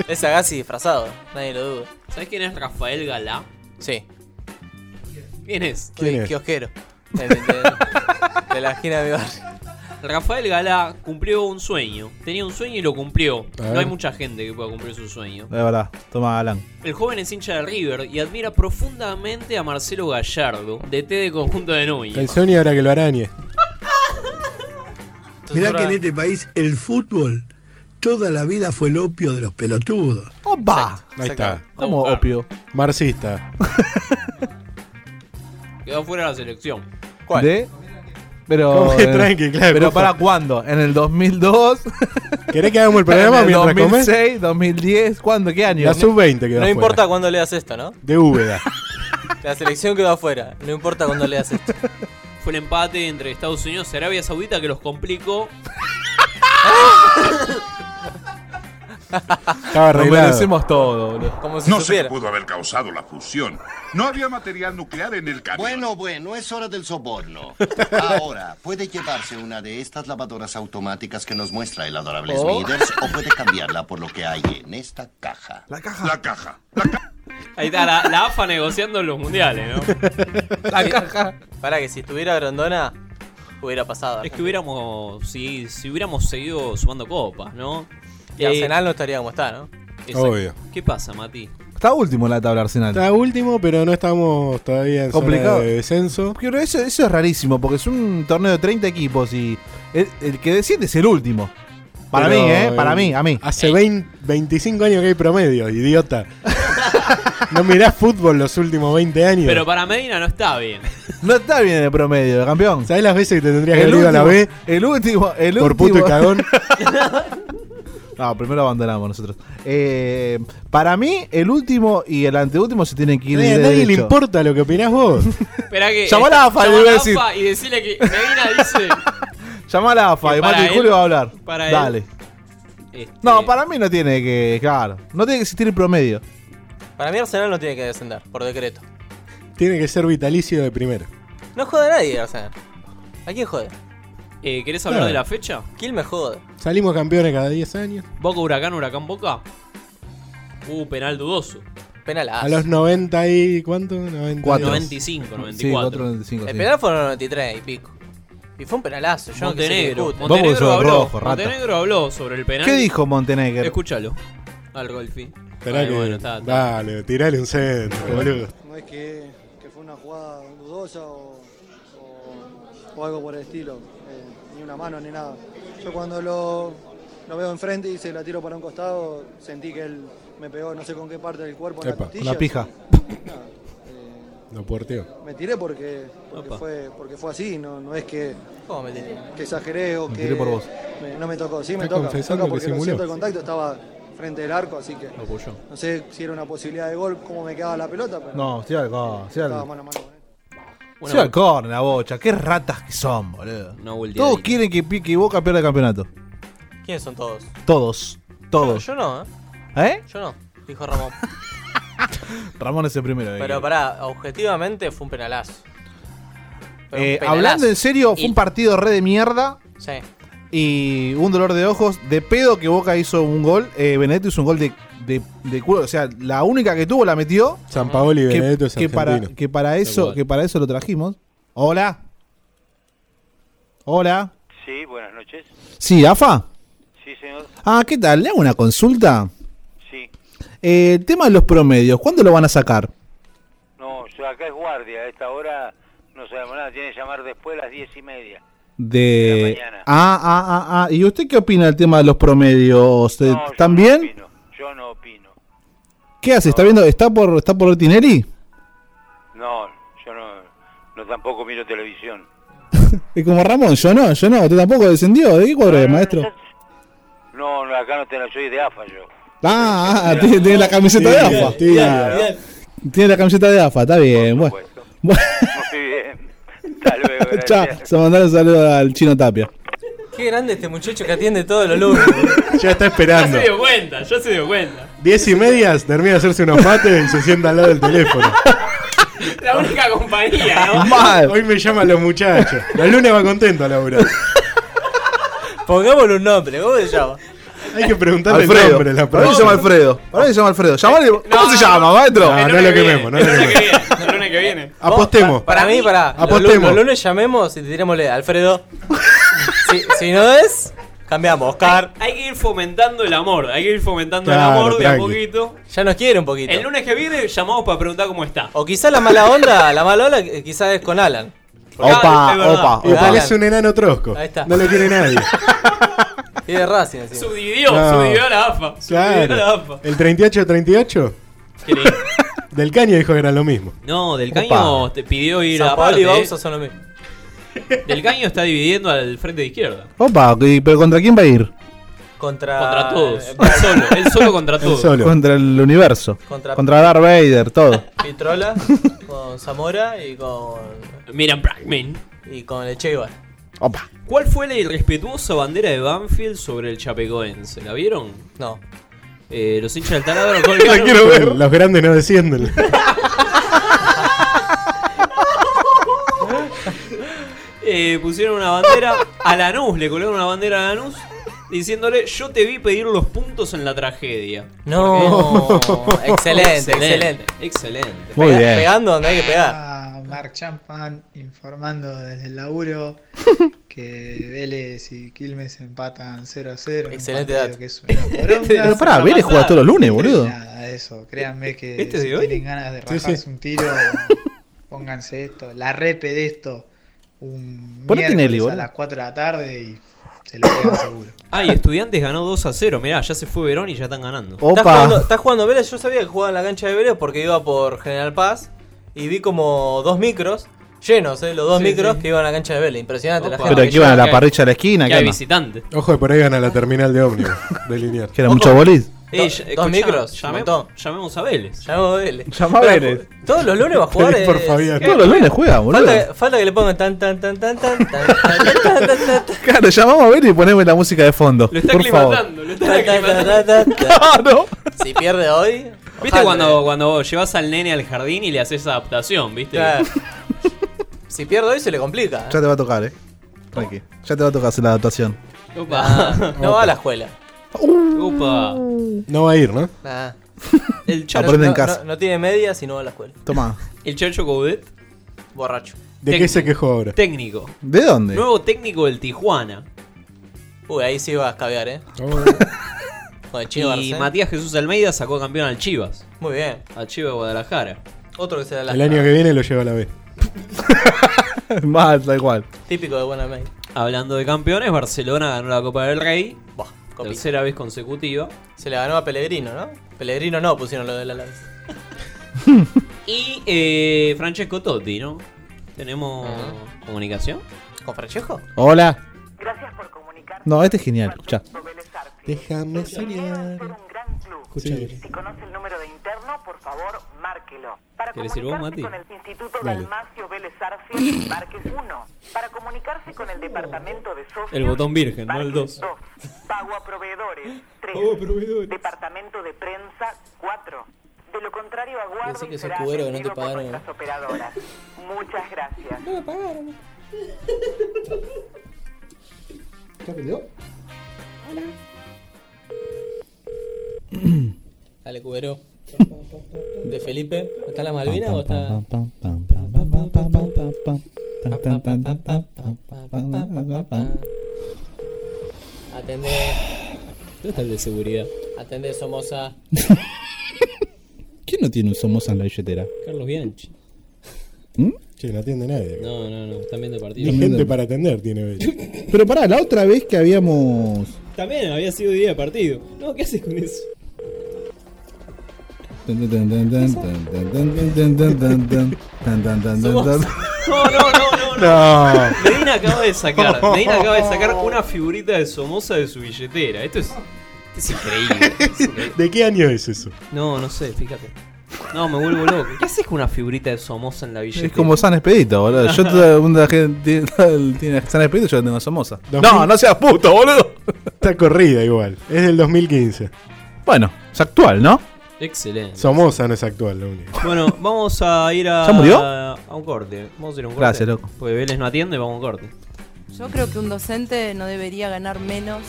Speaker 8: es Agassi disfrazado, nadie lo duda.
Speaker 7: ¿Sabés quién es Rafael Galá?
Speaker 8: Sí,
Speaker 7: ¿Quién es?
Speaker 9: ¿Quién
Speaker 8: soy
Speaker 9: es?
Speaker 8: kiosquero. De, de- de- de la esquina de mi barrio.
Speaker 7: Rafael Galá cumplió un sueño. Tenía un sueño y lo cumplió.
Speaker 9: A ver.
Speaker 7: No hay mucha gente que pueda cumplir su sueño.
Speaker 6: De verdad, toma Alan.
Speaker 7: El joven es hincha de River y admira profundamente a Marcelo Gallardo, DT de Conjunto de
Speaker 9: El
Speaker 7: Núñez.
Speaker 9: Sony ahora que lo arañe.
Speaker 8: Entonces, ahora-
Speaker 2: este país el fútbol toda la vida fue el opio de los pelotudos.
Speaker 6: ¡Opa!
Speaker 9: Ahí está.
Speaker 6: Como opio.
Speaker 9: Marxista.
Speaker 7: Quedó fuera de la selección.
Speaker 8: ¿Cuál?
Speaker 6: De- Pero,
Speaker 9: Como que tranqui, claro,
Speaker 6: pero
Speaker 9: copa.
Speaker 6: para cuándo? ¿En el 2002?
Speaker 9: ¿Querés que hagamos el
Speaker 6: ¿En
Speaker 9: programa
Speaker 6: el
Speaker 9: mientras comes?
Speaker 6: 2006? ¿2010? ¿Cuándo? ¿Qué año?
Speaker 9: La sub-20 quedó
Speaker 8: No
Speaker 9: afuera.
Speaker 8: importa cuándo leas esto, ¿no?
Speaker 9: De Úbeda.
Speaker 8: La selección quedó afuera. No importa cuándo leas esto.
Speaker 7: Fue el empate entre Estados Unidos y Arabia Saudita que los complicó.
Speaker 6: Nos
Speaker 9: Estaba arreglado.
Speaker 6: merecemos todo, boludo.
Speaker 8: Como si
Speaker 10: No se
Speaker 8: supiera.
Speaker 10: pudo haber causado la fusión. No había material nuclear en el camión.
Speaker 12: Bueno, bueno, es hora del soborno. Ahora, puede llevarse una de estas lavadoras automáticas que nos muestra el adorable
Speaker 8: Oh.
Speaker 12: Smithers o puede cambiarla por lo que hay en esta caja.
Speaker 10: la caja.
Speaker 7: Ahí está, la, la AFA negociando en los mundiales, ¿no?
Speaker 8: La caja. Para que si estuviera Grondona, hubiera pasado.
Speaker 7: Es que hubiéramos. Si, si hubiéramos seguido sumando copas, ¿no?
Speaker 8: Y
Speaker 7: Eh,
Speaker 8: Arsenal no estaría como está, ¿no?
Speaker 7: exacto.
Speaker 9: Obvio.
Speaker 7: ¿Qué pasa, Mati?
Speaker 6: Está último en la tabla Arsenal.
Speaker 9: Está último, pero no estamos todavía en
Speaker 6: Complicado.
Speaker 9: zona de descenso.
Speaker 6: Pero eso, eso es rarísimo, porque es un torneo de 30 equipos y el, el que desciende es el último. Para
Speaker 9: Pero,
Speaker 6: mí, ¿eh? Para
Speaker 9: eh,
Speaker 6: mí, a mí.
Speaker 9: Hace 20, 25 años que hay promedio, idiota. no mirás fútbol los últimos 20 años.
Speaker 7: Pero para Medina no está bien.
Speaker 6: No está bien el promedio, campeón.
Speaker 9: ¿Sabés las veces que te tendrías que haber ido a la B?
Speaker 6: el último, el
Speaker 9: Por
Speaker 6: último.
Speaker 9: puto y cagón.
Speaker 6: No, primero abandonamos nosotros. Eh, para mí, el último y el anteúltimo se tienen que ir.
Speaker 9: Nadie-
Speaker 6: de
Speaker 9: Eh, a nadie le
Speaker 6: derecho.
Speaker 9: importa lo que opinás vos.
Speaker 7: Espera que.
Speaker 6: Llamá a la AFA,
Speaker 7: Llamá
Speaker 6: le voy a
Speaker 7: a la
Speaker 6: decir.
Speaker 7: AFA y decirle que Medina dice.
Speaker 6: Llamá a la AFA
Speaker 7: Y
Speaker 6: y
Speaker 7: para
Speaker 6: Mati y
Speaker 7: él-
Speaker 6: Julio va a hablar.
Speaker 7: para él-
Speaker 6: Dale.
Speaker 7: este,
Speaker 6: No, para mí no tiene que. Claro. No tiene que existir el promedio.
Speaker 8: Para mí Arsenal no tiene que descender, por decreto.
Speaker 9: Tiene que ser vitalicio de primera.
Speaker 8: No jode a nadie Arsenal. ¿A quién jode?
Speaker 7: eh, ¿Querés hablar
Speaker 9: Claro.
Speaker 7: de la fecha?
Speaker 8: Kill me jode.
Speaker 9: Salimos campeones cada 10 años.
Speaker 7: Boca, Huracán, Huracán, Boca. Uh, penal dudoso.
Speaker 8: Penal
Speaker 9: A los 90 y... ¿Cuánto? 90
Speaker 6: Ah. Cuatro.
Speaker 7: 95,
Speaker 6: Sí,
Speaker 7: 94.
Speaker 6: 495.
Speaker 8: El
Speaker 6: Sí.
Speaker 8: penal fueron 93 y pico. Y fue un penalazo, yo no quise que
Speaker 7: Montenegro.
Speaker 8: discutan.
Speaker 6: Vos porque
Speaker 7: Montenegro
Speaker 6: sos
Speaker 7: habló,
Speaker 6: rojo, rata.
Speaker 7: Montenegro habló sobre el penal.
Speaker 6: ¿Qué dijo Montenegro?
Speaker 7: Escúchalo. Al Golfi.
Speaker 9: Esperá
Speaker 7: Ay,
Speaker 9: que-
Speaker 7: bueno, está- está.
Speaker 9: Dale, tirale un centro, boludo.
Speaker 2: No es que, que fue una jugada dudosa o, o- o algo por el estilo, eh, ni una mano ni nada. Yo cuando lo, lo veo enfrente y se la tiro para un costado, sentí que él me pegó no sé con qué parte del cuerpo, en
Speaker 9: Epa,
Speaker 2: la
Speaker 9: con
Speaker 6: La
Speaker 2: costilla.
Speaker 6: pija.
Speaker 2: Nada, eh,
Speaker 9: Lo porteo.
Speaker 2: me tiré porque, porque,
Speaker 7: Opa.
Speaker 2: fue, porque fue así, no, no es que,
Speaker 8: ¿Cómo me tenía?
Speaker 2: que exageré o
Speaker 6: Me
Speaker 2: que...
Speaker 6: tiré por vos.
Speaker 2: me- no me tocó, sí me
Speaker 9: Está
Speaker 2: toca. me toca
Speaker 9: confesando que
Speaker 2: porque lo
Speaker 9: simuló.
Speaker 2: siento el contacto, estaba frente del arco, así que... No sé si era una posibilidad de gol, cómo me quedaba la pelota, pero
Speaker 6: No, estoy al cor- estoy al-
Speaker 2: estaba mano a mano con él.
Speaker 7: Una-
Speaker 6: estoy al corner, la bocha. Qué ratas que son, boludo.
Speaker 7: Una volteadita.
Speaker 6: Todos quieren que, pi- que Boca pierda el campeonato.
Speaker 8: ¿Quiénes son todos?
Speaker 6: Todos. Todos.
Speaker 8: Yo, yo no, ¿eh?
Speaker 6: ¿Eh?
Speaker 8: Yo no, dijo Ramón.
Speaker 6: Ramón es el primero. eh. que
Speaker 8: Pero
Speaker 6: quiere.
Speaker 8: pará, objetivamente fue un penalazo. Fue un
Speaker 6: Eh,
Speaker 8: penalazo.
Speaker 6: hablando en serio, fue
Speaker 8: Y-
Speaker 6: un partido re de mierda.
Speaker 8: Sí.
Speaker 6: Y un dolor de ojos. De pedo que Boca hizo un gol. Eh, Benedetto hizo un gol de, de, de culo. O sea, la única que tuvo la metió.
Speaker 9: San Paolo y
Speaker 6: que,
Speaker 9: Benedetto es
Speaker 6: que Ah. para,
Speaker 9: argentino.
Speaker 6: que para eso, que para eso lo trajimos. Hola. Hola.
Speaker 13: Sí, buenas noches.
Speaker 6: Sí, AFA.
Speaker 13: Sí, señor.
Speaker 6: Ah, ¿qué tal? Le hago una consulta.
Speaker 13: Sí.
Speaker 6: Eh, el tema de los promedios, ¿cuándo lo van a sacar?
Speaker 13: No, yo acá es guardia. A esta hora no sabemos nada. Tiene que llamar después a las diez y media.
Speaker 6: De. Ah, ah, ah, ah. ¿Y usted qué opina del tema de los promedios? Eh, ¿Están bien?
Speaker 13: Yo no opino.
Speaker 6: ¿Qué hace? ¿Está viendo? ¿Está por está por Tinelli?
Speaker 13: No, yo no, no tampoco miro televisión.
Speaker 6: Y como Ramón, yo no, yo no, usted tampoco descendió, ¿de qué cuadro es, maestro?
Speaker 13: No, no, acá no tengo. Soy de AFA yo.
Speaker 6: Ah, ah, tiene, tiene la camiseta de
Speaker 9: Tibia,
Speaker 6: AFA.
Speaker 9: tibia.
Speaker 13: Bien.
Speaker 6: Tiene la camiseta de AFA, está bien. Bueno.
Speaker 13: Muy bien. Hasta luego.
Speaker 6: Chao,
Speaker 13: gracias.
Speaker 6: se mandaron un saludo al chino Tapia.
Speaker 8: Qué grande este muchacho que atiende todos los lunes.
Speaker 9: Ya está esperando.
Speaker 8: Ya se dio cuenta, ya se dio cuenta.
Speaker 9: Diez y medias, termina de hacerse unos mates y se sienta al lado del teléfono.
Speaker 8: La única compañía, ¿no?
Speaker 9: Hoy me llaman los muchachos. La lunes va contento a Laura.
Speaker 8: Pongámosle un nombre, ¿cómo se llama?
Speaker 9: Hay que preguntarle el nombre. La
Speaker 6: Para mí se llama Alfredo. Para mí se llama Alfredo. Llamale- ¿Cómo se llama, maestro? Ah,
Speaker 9: No, no lo quememos, no lo quememos.
Speaker 8: El lunes que viene.
Speaker 9: Oh, Apostemos.
Speaker 8: Para, mí, para.
Speaker 9: Apostemos.
Speaker 8: Los, lu- los lunes llamemos y tirémosle, Alfredo. si, si no es, cambiamos. Oscar.
Speaker 7: Hay que ir fomentando el amor, hay que ir fomentando
Speaker 8: Claro,
Speaker 7: el amor de a
Speaker 8: tranqui.
Speaker 7: poquito.
Speaker 8: Ya nos quiere un poquito.
Speaker 7: El lunes que viene llamamos para preguntar cómo está.
Speaker 8: O quizá la mala onda, la mala onda eh, quizá es con Alan. Porque
Speaker 9: Opa,
Speaker 8: Alan- es verdad.
Speaker 6: Ah,
Speaker 9: opa,
Speaker 8: Porque
Speaker 9: opa.
Speaker 8: Alan
Speaker 9: Es un enano trosco.
Speaker 8: Ahí está.
Speaker 9: No lo quiere nadie.
Speaker 8: Tiene Racing encima.
Speaker 7: Subdividió,
Speaker 9: No.
Speaker 7: subdividió a la AFA. Subdividió a la
Speaker 9: Claro.
Speaker 7: AFA.
Speaker 9: El 38-38. Del caño dijo que era lo mismo.
Speaker 7: No, del
Speaker 9: Opa.
Speaker 7: caño te pidió ir
Speaker 8: San
Speaker 7: a
Speaker 8: Paolo
Speaker 7: parte.
Speaker 8: y Bausa son lo mismo.
Speaker 7: Del caño está dividiendo al frente de izquierda.
Speaker 6: Opa, ¿y- ¿pero contra quién va a ir?
Speaker 8: Contra. eh,
Speaker 7: Contra todos. Él solo, él solo contra todos.
Speaker 6: Contra el universo.
Speaker 8: Contra-
Speaker 6: Contra, Darth Vader, todo.
Speaker 8: Pitrola, con Zamora y con.
Speaker 7: Miran Brackman.
Speaker 8: Y con Echeibar.
Speaker 6: Opa.
Speaker 7: ¿Cuál fue la irrespetuosa bandera de Banfield sobre el Chapecoense? ¿La vieron?
Speaker 8: No.
Speaker 7: Eh, los hinchas del taladro
Speaker 9: La
Speaker 7: colgaron.
Speaker 9: quiero ver. Los grandes no descienden.
Speaker 7: Eh, pusieron una bandera a Lanús, le colgaron una bandera a Lanús diciéndole: Yo te vi pedir los puntos en la tragedia.
Speaker 8: No. excelente, excelente.
Speaker 7: Excelente.
Speaker 8: Muy Pega- bien. pegando donde hay que pegar.
Speaker 14: Ah, Mark Champman informando desde el laburo que Vélez y Quilmes empatan 0 a 0.
Speaker 8: Excelente dato.
Speaker 14: Que es una poronga.
Speaker 6: Pero pará, Vélez juega todos los lunes, boludo.
Speaker 14: Nada de eso, créanme que
Speaker 6: ¿Este es
Speaker 14: Eh, si
Speaker 6: de hoy?
Speaker 14: tienen ganas de
Speaker 6: Sí,
Speaker 14: rajarse
Speaker 6: sí.
Speaker 14: un tiro, pónganse esto, la repe de esto. Un
Speaker 7: Ponete en el,
Speaker 14: miércoles a
Speaker 7: boludo.
Speaker 14: las 4 de la tarde y se lo pegan seguro.
Speaker 7: Ah, y Estudiantes ganó 2 a 0. Mirá, ya se fue Verón y ya están ganando.
Speaker 8: Estás jugando, estás jugando Vélez, yo sabía que jugaba en la cancha de Vélez porque iba por General Paz y vi como dos micros llenos, eh, los dos
Speaker 7: Sí,
Speaker 8: micros
Speaker 7: sí.
Speaker 8: que iban a la cancha de Vélez, impresionante la gente.
Speaker 6: Pero aquí
Speaker 8: que
Speaker 6: van a
Speaker 8: llega.
Speaker 6: la parrilla de la esquina. ¿qué onda?
Speaker 7: visitante.
Speaker 9: Ojo, que por ahí van a la terminal de ómnibus. De Liniers.
Speaker 6: Que era mucho bolis.
Speaker 7: Eh, ya- escuchá,
Speaker 8: micros, un
Speaker 7: llamé- llamemos a Vélez.
Speaker 8: Llamamos a Vélez.
Speaker 6: Llamá a
Speaker 8: Pero
Speaker 6: Vélez.
Speaker 8: ju- Todos los lunes va a jugar.
Speaker 6: Pedí por
Speaker 8: eh,
Speaker 6: Fabián.
Speaker 8: ¿qué?
Speaker 6: Todos los lunes juega, boludo.
Speaker 8: Falta, que- falta que le pongan tan tan tan tan tan tan tan
Speaker 6: Claro, llamamos a Vélez y ponemos la música de fondo. Por favor.
Speaker 7: lo
Speaker 8: tan, tan, tan, tan, tan. Si pierde hoy.
Speaker 7: ¿Viste
Speaker 8: ojalá.
Speaker 7: cuando, cuando llevas al nene al jardín y le haces adaptación, viste?
Speaker 8: Claro. Si pierde hoy se le complica.
Speaker 6: Ya te va a tocar, eh. Tranqui. Ya te va a tocar hacer la adaptación.
Speaker 8: No, Ah, no va a la escuela.
Speaker 7: Upa.
Speaker 9: No va a ir, ¿no?
Speaker 7: Ah.
Speaker 8: Nah.
Speaker 7: El
Speaker 8: Chacho
Speaker 9: Aprende en
Speaker 8: no-
Speaker 9: casa.
Speaker 8: No, no tiene medias y no va a la escuela.
Speaker 6: Toma.
Speaker 7: El Chacho Coudet.
Speaker 8: Borracho.
Speaker 9: ¿De qué se quejó ahora?
Speaker 7: Técnico.
Speaker 6: ¿De dónde?
Speaker 7: Nuevo técnico del Tijuana.
Speaker 8: Uy, ahí sí va a escabear, eh. Con el Chino
Speaker 7: y
Speaker 8: Garcés.
Speaker 7: Matías Jesús Almeida sacó campeón al Chivas.
Speaker 8: Muy bien.
Speaker 7: Al Chivas de Guadalajara.
Speaker 8: Otro que se da la
Speaker 9: El año que viene lo lleva a la B.
Speaker 6: Mal, da igual.
Speaker 8: Típico de buena May.
Speaker 7: Hablando de campeones, Barcelona ganó la Copa del Rey. tercera vez consecutiva.
Speaker 8: Se le ganó a Pellegrino, ¿no? Pellegrino no pusieron lo de la lanza.
Speaker 7: Y eh, Francesco Totti, ¿no? Tenemos comunicación.
Speaker 8: ¿Con Francesco?
Speaker 6: Hola. No, este es genial, escuchá.
Speaker 9: Déjame soñar.
Speaker 7: ¿Qué le sirvo, Mati?
Speaker 9: Dale.
Speaker 7: El botón virgen, no el 2.
Speaker 8: Oh, Dice que esos cuberos que no te pagaron.
Speaker 15: Muchas gracias.
Speaker 8: No me pagaron.
Speaker 6: ¿Ya peleó?
Speaker 8: Dale, cubero. ¿De Felipe? ¿Está la Malvina o está.? Atende. ¿Dónde está el de seguridad? Atende, somos a
Speaker 15: ¿Quién no tiene un Somoza en la billetera?
Speaker 8: Carlos Bianchi.
Speaker 9: Che, no atiende nadie.
Speaker 8: No, no, no, están viendo
Speaker 9: Ni
Speaker 8: partido.
Speaker 9: gente para atender tiene Bello.
Speaker 15: Pero pará, la otra vez que habíamos.
Speaker 8: También había sido día de partido. No, ¿qué haces con eso?
Speaker 7: No, no, no, no.
Speaker 6: No.
Speaker 7: Medina acaba de sacar. Medina acaba de sacar una figurita de Somoza de su billetera. Esto es. Esto es increíble. es increíble.
Speaker 9: ¿De qué año es eso?
Speaker 7: No, no sé, fíjate. No, me vuelvo loco. ¿Qué haces con una figurita de Somoza en la billetera?
Speaker 6: Es como San Expedito, boludo. Yo toda una gente tiene- tiene San Expedito, yo tengo Somoza. No, no seas puto, boludo.
Speaker 9: Está corrida igual. Es del 2015.
Speaker 6: Bueno, es actual, ¿no?
Speaker 7: Excelente.
Speaker 9: Somoza no es actual, lo único.
Speaker 7: Bueno, vamos a ir a.
Speaker 9: ¿Ya murió?
Speaker 7: A un corte. Vamos a ir a un corte.
Speaker 9: Gracias, loco.
Speaker 7: Porque Vélez no atiende, vamos a un corte.
Speaker 16: Yo creo que un docente no debería ganar menos,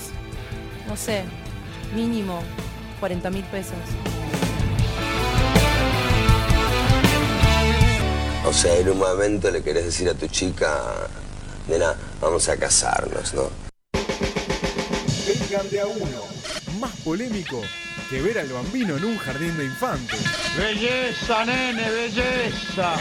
Speaker 16: no sé, mínimo 40 mil pesos.
Speaker 17: O sea, en un momento le querés decir a tu chica, nena, vamos a casarnos, ¿no?
Speaker 1: Vengan de a uno. Más polémico que ver al bambino en un jardín de infantes.
Speaker 4: Belleza, nene, belleza.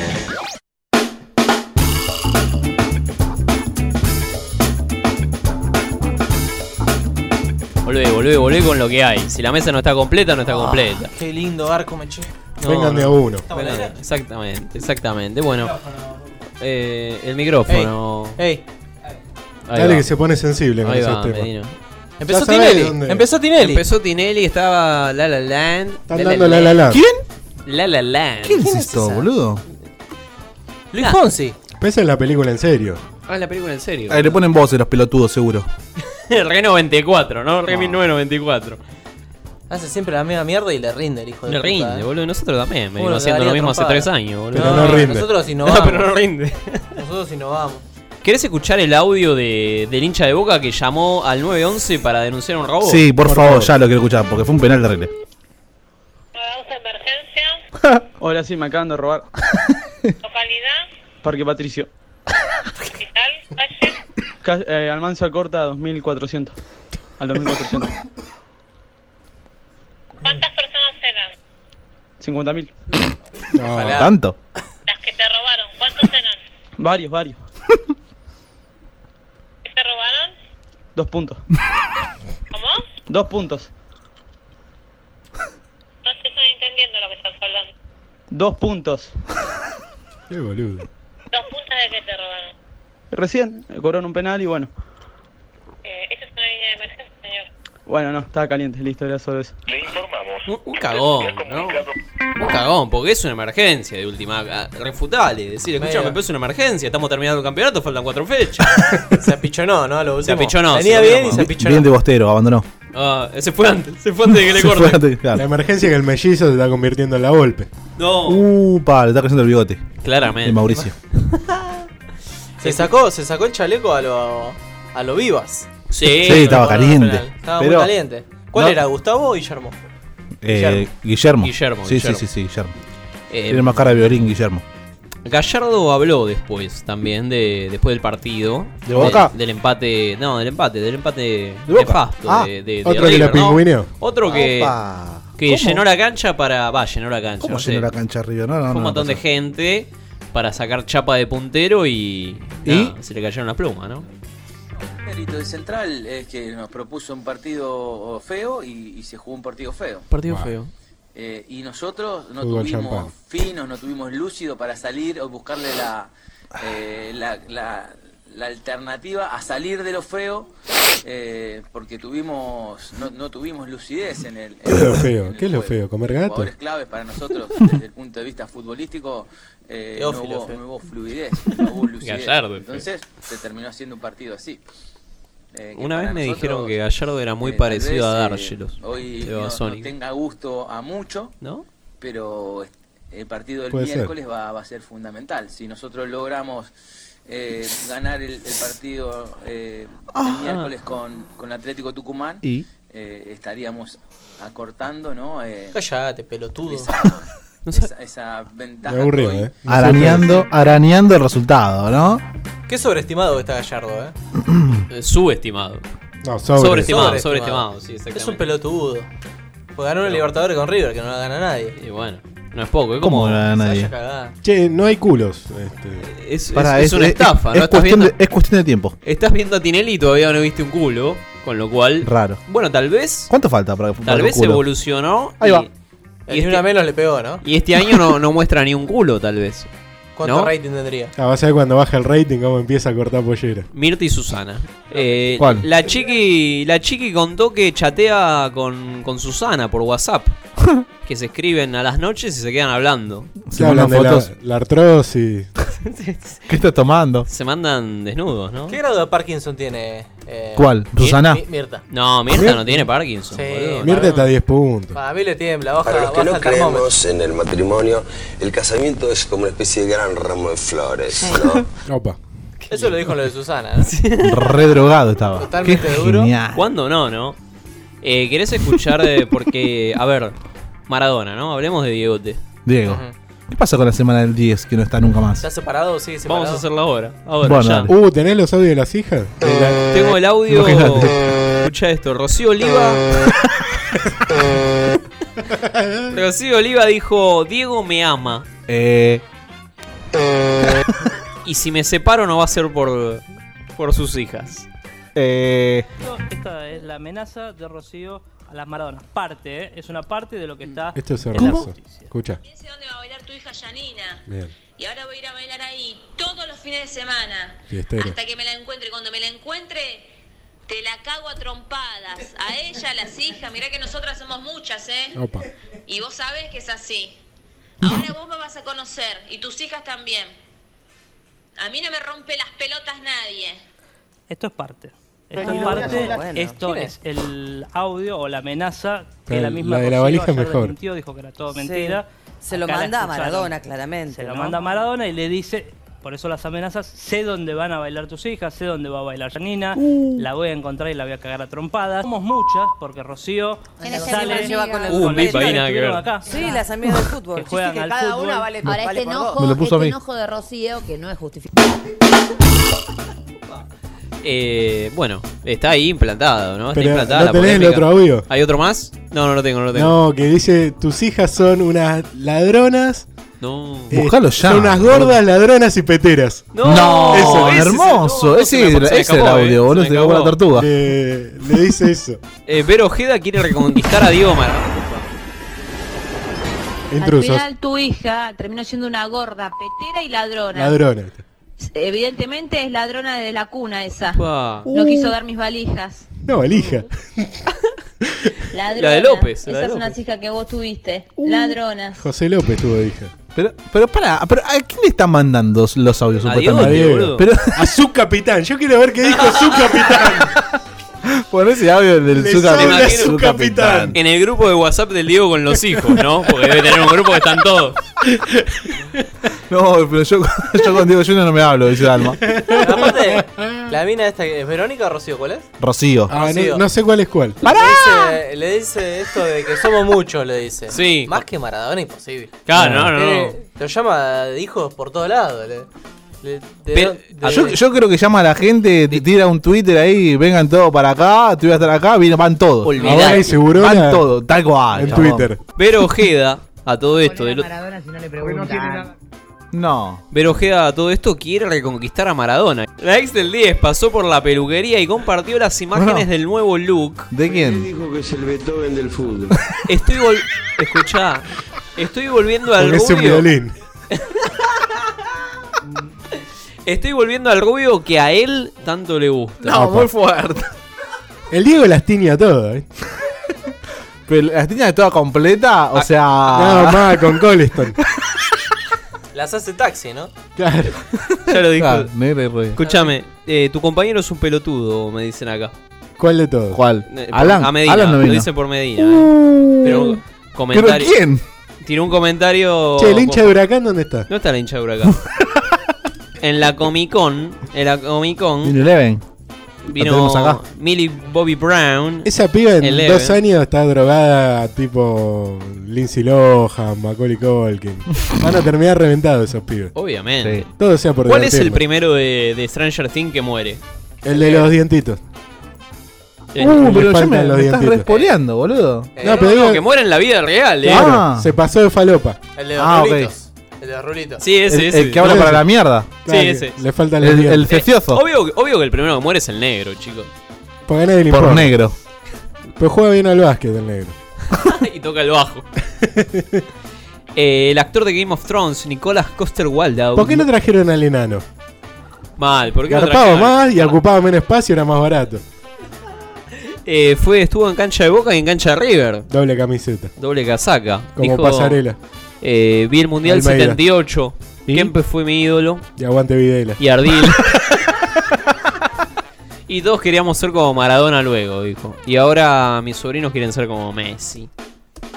Speaker 7: Volvé, volvé, volvé con lo que hay. Si la mesa no está completa, no está completa.
Speaker 8: Qué lindo arco me che.
Speaker 7: No,
Speaker 9: Vengan de
Speaker 7: no.
Speaker 9: a uno.
Speaker 7: Vengan- Exactamente, exactamente. Bueno, eh, el micrófono.
Speaker 8: Ey.
Speaker 7: Ahí
Speaker 9: Dale
Speaker 7: va.
Speaker 9: que se pone sensible con
Speaker 7: Ahí
Speaker 9: esos
Speaker 7: va,
Speaker 9: temas.
Speaker 7: Medina.
Speaker 8: Empezó Ya sabés Tinelli, dónde. empezó Tinelli.
Speaker 7: Empezó Tinelli, estaba La La Land.
Speaker 9: Están dando La La Land.
Speaker 7: ¿Quién? La La Land.
Speaker 9: ¿Quién es esto, boludo?
Speaker 8: Luis Fonsi.
Speaker 9: Esa es la película en serio.
Speaker 7: Ah, la película en serio.
Speaker 6: Ahí le ponen voces los pelotudos, seguro.
Speaker 7: Re 94, ¿no? Re 1994.
Speaker 8: Hace siempre la misma mierda y le rinde el hijo de
Speaker 7: Le
Speaker 8: puta,
Speaker 7: rinde,
Speaker 8: eh.
Speaker 7: boludo. Nosotros también venimos
Speaker 8: Bueno,
Speaker 7: haciendo lo
Speaker 8: daría
Speaker 7: mismo hace
Speaker 8: trompada.
Speaker 7: tres años, boludo.
Speaker 8: Nosotros innovamos.
Speaker 7: No, pero no rinde.
Speaker 8: Nosotros innovamos.
Speaker 7: ¿Querés escuchar el audio de, del hincha de Boca que llamó al 911 para denunciar un robo?
Speaker 6: Sí, Oh, por, favor, ya lo quiero escuchar, porque fue un penal terrible.
Speaker 18: Hola, sí, me acaban de robar.
Speaker 11: ¿Localidad?
Speaker 18: Parque Patricio. Calle, eh, Almanza Corta 2400. Al 2400.
Speaker 11: ¿Cuántas personas eran?
Speaker 18: 50.000.
Speaker 6: Ojalá. Ah. ¿Tanto?
Speaker 11: Las que te robaron, ¿cuántos eran?
Speaker 18: Varios, varios.
Speaker 11: ¿Que te robaron?
Speaker 18: Dos puntos.
Speaker 11: ¿Cómo?
Speaker 18: Dos puntos.
Speaker 11: No te estoy entendiendo lo que estás hablando.
Speaker 18: Dos puntos.
Speaker 9: Qué boludo.
Speaker 11: Dos puntas de que te robaron.
Speaker 18: Recién eh, cobraron un penal y bueno.
Speaker 11: Eh, ¿Eso es una línea de emergencia, señor?
Speaker 18: Bueno, no, estaba caliente, listo, era solo eso.
Speaker 11: Le informamos.
Speaker 7: Un, un cagón, ¿no? Un cagón, porque es una emergencia de última. ah, Refutable. Decir, escuchame,
Speaker 8: Medio.
Speaker 7: pero es una emergencia. Estamos terminando el campeonato, faltan cuatro fechas.
Speaker 8: Se apichonó, ¿no? Lo
Speaker 7: Se
Speaker 8: último.
Speaker 7: apichonó,
Speaker 8: Venía
Speaker 7: sí,
Speaker 8: bien
Speaker 7: lo
Speaker 8: y se
Speaker 7: mismo.
Speaker 8: apichonó.
Speaker 6: Bien de bostero, abandonó.
Speaker 7: Ah, se fue antes, se fue antes de que le
Speaker 6: Se fue
Speaker 7: corten.
Speaker 6: antes, claro.
Speaker 9: La emergencia es que el mellizo se está convirtiendo en la golpe.
Speaker 7: No.
Speaker 6: Uh, pa, le está creciendo el bigote.
Speaker 7: Claramente.
Speaker 6: De Mauricio.
Speaker 8: Se sacó, se sacó el chaleco a lo, a lo vivas.
Speaker 7: Sí,
Speaker 6: Sí, estaba caliente.
Speaker 8: Estaba
Speaker 6: Pero-
Speaker 8: muy caliente. ¿Cuál
Speaker 6: no-
Speaker 8: era, Gustavo o Guillermo?
Speaker 6: Eh, Guillermo.
Speaker 7: Guillermo,
Speaker 6: Sí,
Speaker 7: Guillermo.
Speaker 6: sí, sí, sí, Guillermo.
Speaker 7: Eh,
Speaker 6: Tiene más cara de violín, Guillermo.
Speaker 7: Gallardo habló después también de después del partido.
Speaker 6: ¿De Boca?
Speaker 7: del empate. No, del empate, del empate
Speaker 6: ¿De Boca?
Speaker 7: nefasto
Speaker 6: Ah,
Speaker 7: de, de- de
Speaker 9: otro que
Speaker 7: River,
Speaker 9: la
Speaker 7: ¿no?
Speaker 9: pingüineó.
Speaker 7: Otro que,
Speaker 6: Opa.
Speaker 7: que
Speaker 6: ¿Cómo?
Speaker 7: llenó la cancha para. Va, llenó la cancha.
Speaker 6: ¿Cómo
Speaker 7: no sé.
Speaker 6: llenó la cancha arriba? No, no,
Speaker 7: Fue
Speaker 6: no,
Speaker 7: un montón
Speaker 6: no
Speaker 7: de gente para sacar chapa de puntero y. nada, se le cayeron las plumas, ¿no?
Speaker 19: El mérito de Central es que nos propuso un partido feo y, y se jugó un partido feo.
Speaker 7: Partido feo.
Speaker 19: Eh, y nosotros no
Speaker 7: Fútbol
Speaker 19: tuvimos
Speaker 7: champán.
Speaker 19: finos, no tuvimos lúcido para salir o buscarle la, eh, la, la- la alternativa a salir de lo feo, eh, porque tuvimos no, no tuvimos lucidez en el...
Speaker 9: ¿Qué es lo feo? ¿Qué es lo feo? ¿Comer gato?
Speaker 19: Jugadores claves para nosotros desde el punto de vista futbolístico eh, no,
Speaker 7: Teófilo,
Speaker 19: hubo,
Speaker 7: feo.
Speaker 19: no hubo fluidez, no hubo lucidez.
Speaker 7: Gallardo, feo.
Speaker 19: Entonces se terminó haciendo un partido así. Eh, que
Speaker 7: Una vez
Speaker 19: para
Speaker 7: me
Speaker 19: nosotros,
Speaker 7: dijeron que Gallardo era muy
Speaker 19: eh, tal
Speaker 7: parecido
Speaker 19: vez,
Speaker 7: a
Speaker 19: eh,
Speaker 7: Dárgelos.
Speaker 19: hoy
Speaker 7: de
Speaker 19: no, no
Speaker 7: Babasónico.
Speaker 19: tenga gusto a mucho,
Speaker 7: ¿no?
Speaker 19: Pero el partido del
Speaker 7: Puede ser.
Speaker 19: miércoles va, va a ser fundamental. Si nosotros logramos eh, ganar el, el partido eh, el
Speaker 6: Ah.
Speaker 19: miércoles con, con Atlético Tucumán,
Speaker 6: ¿Y?
Speaker 19: eh, estaríamos acortando, ¿no? Eh,
Speaker 8: Callate, pelotudo.
Speaker 19: Esa, esa- esa ventaja.
Speaker 6: Me aburrió,
Speaker 19: que hoy-
Speaker 6: eh. Arañando, arañando el resultado, ¿no?
Speaker 8: Qué sobreestimado que está Gallardo, eh.
Speaker 7: Eh, Subestimado.
Speaker 6: No, sobre.
Speaker 7: Sobreestimado, sobreestimado, sí, exactamente.
Speaker 8: Es un pelotudo. Pues ganó el Libertadores con River, que no la gana nadie.
Speaker 7: Y bueno, no es poco, es
Speaker 6: ¿Cómo
Speaker 7: como.
Speaker 6: no la gana
Speaker 7: se
Speaker 6: nadie?
Speaker 7: vaya a cagar.
Speaker 9: Che, no hay culos. este.
Speaker 7: Es,
Speaker 6: Pará,
Speaker 7: es- es una estafa,
Speaker 6: es
Speaker 7: ¿no? Estás
Speaker 6: cuestión
Speaker 7: viendo,
Speaker 6: de- es cuestión de tiempo.
Speaker 7: estás viendo a Tinelli y todavía no viste un culo, con lo cual.
Speaker 6: Raro.
Speaker 7: Bueno, tal vez.
Speaker 6: ¿Cuánto falta para
Speaker 7: Tal vez
Speaker 6: se
Speaker 7: evolucionó.
Speaker 6: Ahí
Speaker 7: y-
Speaker 6: va.
Speaker 8: Y una menos le pegó, ¿no?
Speaker 7: Y este año no, no muestra ni un culo, tal vez.
Speaker 8: ¿Cuánto
Speaker 7: ¿No?
Speaker 8: rating tendría?
Speaker 9: Ah, vas a ver cuando baja el rating cómo empieza a cortar pollera.
Speaker 7: Mirta y Susana. Eh,
Speaker 9: ¿Cuál?
Speaker 7: La chiqui, la chiqui contó que chatea con, con Susana por WhatsApp. que se escriben a las noches y se quedan hablando.
Speaker 9: Se hablan de la, la artrosis.
Speaker 6: ¿Qué estás tomando?
Speaker 7: Se mandan desnudos, ¿no?
Speaker 8: ¿Qué grado de Parkinson tiene? eh,
Speaker 6: ¿Cuál?
Speaker 8: Mir-
Speaker 6: ¿Susana?
Speaker 8: Mi- Mirta.
Speaker 7: No, Mirta no tiene Parkinson.
Speaker 11: Eh,
Speaker 8: Sí,
Speaker 9: Mirta está a 10 puntos.
Speaker 8: Para mí le tiembla, baja,
Speaker 17: Para los que
Speaker 8: baja
Speaker 17: no
Speaker 8: el termómetro.
Speaker 17: creemos en el matrimonio, el casamiento es como una especie de gran ramo de flores, ¿no?
Speaker 9: Opa.
Speaker 8: Eso lo dijo lo de Susana, ¿eh? ¿no?
Speaker 6: Re drogado estaba.
Speaker 8: Totalmente
Speaker 6: Qué
Speaker 8: duro.
Speaker 6: genial.
Speaker 7: ¿Cuándo no, no? Eh, ¿Querés escuchar de porque a ver, Maradona, ¿no? Hablemos de Diegote.
Speaker 6: Diego, ¿qué pasa con la semana del 10 que no está nunca más?
Speaker 8: ¿Está separado? Sí, separado.
Speaker 7: Vamos a hacerla ahora. Ahora
Speaker 6: Bueno,
Speaker 7: ya.
Speaker 6: dale.
Speaker 9: Uh, ¿tenés los audios de las hijas? Eh,
Speaker 7: Tengo el audio.
Speaker 9: No, fíjate.
Speaker 7: Escucha esto, Rocío Oliva. Rocío Oliva dijo, Diego me ama.
Speaker 6: Eh,
Speaker 7: Y si me separo no va a ser por, por sus hijas.
Speaker 6: eh,
Speaker 20: Esta es la amenaza de Rocío a las Maradonas. Parte, ¿eh? es una parte de lo que está.
Speaker 9: Esto es
Speaker 20: en la
Speaker 9: hermoso.
Speaker 20: justicia.
Speaker 9: Escucha.
Speaker 11: dónde va a bailar tu hija Janina.
Speaker 9: Bien.
Speaker 11: Y ahora voy a ir a bailar ahí todos los fines de semana.
Speaker 9: Fiestero.
Speaker 11: Hasta que me la encuentre. Cuando me la encuentre, te la cago a trompadas. A ella, a las hijas. Mirá que nosotras somos muchas, ¿eh?
Speaker 9: Opa.
Speaker 11: Y vos sabés que es así. Ahora vos me vas a conocer y tus hijas también. A mí no me rompe las pelotas nadie.
Speaker 20: Esto es parte. Esto
Speaker 11: Ay,
Speaker 20: es
Speaker 11: no,
Speaker 20: parte.
Speaker 11: no, bueno.
Speaker 20: Esto
Speaker 11: ¿Quién
Speaker 20: es el audio o la amenaza que
Speaker 9: La-
Speaker 20: la misma
Speaker 9: la de la
Speaker 20: Rocío
Speaker 9: valija es
Speaker 20: ayer
Speaker 9: mejor.
Speaker 20: desmintió, dijo que era todo
Speaker 21: Sí.
Speaker 20: mentira.
Speaker 21: Se lo
Speaker 20: Acá la
Speaker 21: manda a
Speaker 20: escucharon.
Speaker 21: Maradona, claramente.
Speaker 20: Se
Speaker 21: ¿no?
Speaker 20: lo manda a Maradona y le dice, por eso las amenazas, sé dónde van a bailar tus hijas, sé dónde va a bailar Janina,
Speaker 21: Uh.
Speaker 20: la voy a encontrar y la voy a cagar a trompadas. Somos muchas, porque Rocío
Speaker 21: En ese
Speaker 20: sale
Speaker 21: libro lleva con el Uh,
Speaker 20: con
Speaker 7: Pipa,
Speaker 20: las
Speaker 7: ahí nada
Speaker 20: chicas
Speaker 7: que
Speaker 20: estuvieron
Speaker 7: ver.
Speaker 20: acá.
Speaker 21: Sí, las amigas del fútbol.
Speaker 20: Que
Speaker 21: Sí,
Speaker 20: juegan
Speaker 21: sí, que
Speaker 20: al
Speaker 21: cada
Speaker 20: fútbol.
Speaker 21: una vale
Speaker 22: Ahora,
Speaker 21: vale
Speaker 22: este
Speaker 21: por
Speaker 22: enojo,
Speaker 21: dos.
Speaker 6: Me lo puso a
Speaker 22: este
Speaker 6: mí.
Speaker 22: enojo de Rocío, que no es justificado.
Speaker 7: Eh, bueno, está ahí implantado, ¿no? Está
Speaker 9: Pero,
Speaker 7: implantada
Speaker 9: ¿no
Speaker 7: la
Speaker 9: tenés el
Speaker 7: polémica.
Speaker 9: otro audio?
Speaker 7: ¿Hay otro más? No, no lo tengo, no lo tengo.
Speaker 9: No, que dice, tus hijas son unas ladronas.
Speaker 7: No.
Speaker 9: eh,
Speaker 6: Buscalo ya.
Speaker 9: Son unas gordas, ladronas y peteras.
Speaker 6: No, hermoso. Ese,
Speaker 7: se me
Speaker 6: ese era el
Speaker 7: escapó, eh, se
Speaker 6: audio, boludo.
Speaker 7: me
Speaker 6: Se te la
Speaker 7: escapó.
Speaker 6: tortuga.
Speaker 9: Le, le dice eso.
Speaker 7: Eh, Vero Ojeda quiere reconquistar a Diego Maradona.
Speaker 9: Intrusos.
Speaker 11: Al final tu hija terminó siendo una gorda, petera y ladrona.
Speaker 9: Ladrones.
Speaker 11: Evidentemente es ladrona desde la cuna esa.
Speaker 7: Pa.
Speaker 11: No
Speaker 9: Uh.
Speaker 11: quiso dar mis valijas.
Speaker 9: No, Uh, valija.
Speaker 11: Ladrona.
Speaker 9: La de López, la
Speaker 11: Esa
Speaker 9: de
Speaker 11: es una chica que vos tuviste.
Speaker 10: Uh,
Speaker 11: Uh. Ladronas.
Speaker 9: José López tuvo hija.
Speaker 6: Pero, pero pará, pero ¿a quién le están mandando los audios
Speaker 7: A
Speaker 6: supuestamente?
Speaker 7: Diego, boludo.
Speaker 6: Pero
Speaker 9: A su capitán. Yo quiero ver qué dijo su capitán.
Speaker 6: por ese audio del
Speaker 7: Le
Speaker 6: su
Speaker 7: sobra
Speaker 6: capitán.
Speaker 7: su En el grupo de WhatsApp del Diego con los hijos, ¿no? Porque debe tener un grupo que están todos.
Speaker 6: No, pero yo, yo con Diego Junior no me hablo, dice Alma.
Speaker 8: Aparte, la mina esta, que- ¿es Verónica o Rocío? ¿Cuál es?
Speaker 6: Rocío.
Speaker 9: Ah,
Speaker 8: Rocío.
Speaker 9: no, no sé cuál es cuál.
Speaker 8: Le, dice, le dice esto de que somos muchos, le dice. Sí. Más que Maradona, imposible.
Speaker 7: Claro, no, no,
Speaker 8: Tiene- Lo llama de hijos por todos lados. le- le- de- de-
Speaker 6: Ah, yo, yo creo que llama a la gente, t- tira un Twitter ahí, vengan todos para acá, tú vas a estar acá, vienen- van todos.
Speaker 7: Olvidá. Ahora hay segurona
Speaker 6: Van todos, tal cual.
Speaker 7: En
Speaker 6: chabón.
Speaker 7: Twitter. Vero Ojeda, a todo esto. del-
Speaker 6: No.
Speaker 7: Vero Ojeda, a todo esto, quiere reconquistar a Maradona. La ex del 10 pasó por la peluquería y compartió las imágenes del nuevo look.
Speaker 6: ¿De quién?
Speaker 3: Dijo que es el Beethoven del fútbol.
Speaker 7: Estoy vol... Escuchá, estoy volviendo al
Speaker 9: Porque es un
Speaker 7: rubio.
Speaker 9: violín.
Speaker 7: Estoy volviendo al rubio que a él tanto le gusta.
Speaker 9: No, muy
Speaker 6: fuerte.
Speaker 9: El Diego las tiña todas. ¿eh?
Speaker 6: Pero las tiñas toda completa,
Speaker 7: Ah.
Speaker 6: o sea.
Speaker 9: Nada más con Coleston.
Speaker 8: Las hace taxi, ¿no?
Speaker 9: Claro.
Speaker 7: Ya lo dijo.
Speaker 6: Claro, negra y rubia.
Speaker 7: Escúchame, eh, tu compañero es un pelotudo, me dicen acá.
Speaker 9: ¿Cuál de todos?
Speaker 6: ¿Cuál?
Speaker 7: Eh, por-
Speaker 6: Alan.
Speaker 7: a Medina,
Speaker 6: Alan no
Speaker 7: lo
Speaker 6: vino.
Speaker 7: dice por Medina. eh.
Speaker 6: Uh.
Speaker 7: Pero un comentario.
Speaker 6: ¿Pero quién?
Speaker 7: Tiró un comentario.
Speaker 9: Che, ¿el hincha de
Speaker 7: con-
Speaker 9: Huracán dónde está?
Speaker 7: No está el hincha de Huracán. en la Comic Con, en la Comic Con,
Speaker 6: Vino Eleven.
Speaker 7: vino
Speaker 6: tenemos acá.
Speaker 7: Millie Bobby Brown.
Speaker 9: Esa piba en
Speaker 7: Eleven.
Speaker 9: dos años está drogada tipo Lindsay Lohan, Macaulay Culkin. Van a terminar reventados esos pibes.
Speaker 7: Obviamente.
Speaker 9: Todo sea por
Speaker 7: ¿Cuál es el Eh,
Speaker 9: divertirme.
Speaker 7: primero de, de Stranger Things que muere?
Speaker 9: El de los dientitos.
Speaker 6: Uh,
Speaker 9: Le
Speaker 6: pero ya
Speaker 9: faltan
Speaker 6: me,
Speaker 9: los
Speaker 6: me estás
Speaker 9: dientitos.
Speaker 6: respoleando, boludo.
Speaker 7: eh, No,
Speaker 9: pero digo-
Speaker 7: que muere en la vida real, eh.
Speaker 9: Claro, Se pasó de falopa.
Speaker 8: El de los
Speaker 6: Ah, ok.
Speaker 8: rulitos. El de los rulitos.
Speaker 7: Sí, ese,
Speaker 6: El-
Speaker 7: ese.
Speaker 6: el que habla para la mierda.
Speaker 7: Sí, ese.
Speaker 9: Le faltan los
Speaker 6: El,
Speaker 9: dientes.
Speaker 6: el fecioso.
Speaker 7: Eh, obvio, obvio que el primero que muere es el negro, chicos.
Speaker 9: Porque a nadie le
Speaker 6: Por
Speaker 9: importa.
Speaker 6: negro.
Speaker 9: Pero juega bien al básquet el negro.
Speaker 7: y toca el bajo. Eh, el actor de Game of Thrones, Nicolas Coster Waldau.
Speaker 9: ¿Por qué no trajeron al enano?
Speaker 7: Mal, ¿por qué no
Speaker 9: Garpaba
Speaker 7: trajeron?
Speaker 9: más y ocupaba menos espacio, era más barato.
Speaker 7: Eh, fue, estuvo en cancha de Boca y en cancha de River.
Speaker 9: Doble camiseta.
Speaker 7: Doble casaca.
Speaker 9: Como pasarela.
Speaker 7: eh, vi el Mundial
Speaker 9: Almeida.
Speaker 7: 78. Kempe fue mi ídolo.
Speaker 9: Y aguante Videla.
Speaker 7: Y Ardil. y todos queríamos ser como Maradona luego, dijo. Y ahora mis sobrinos quieren ser como Messi.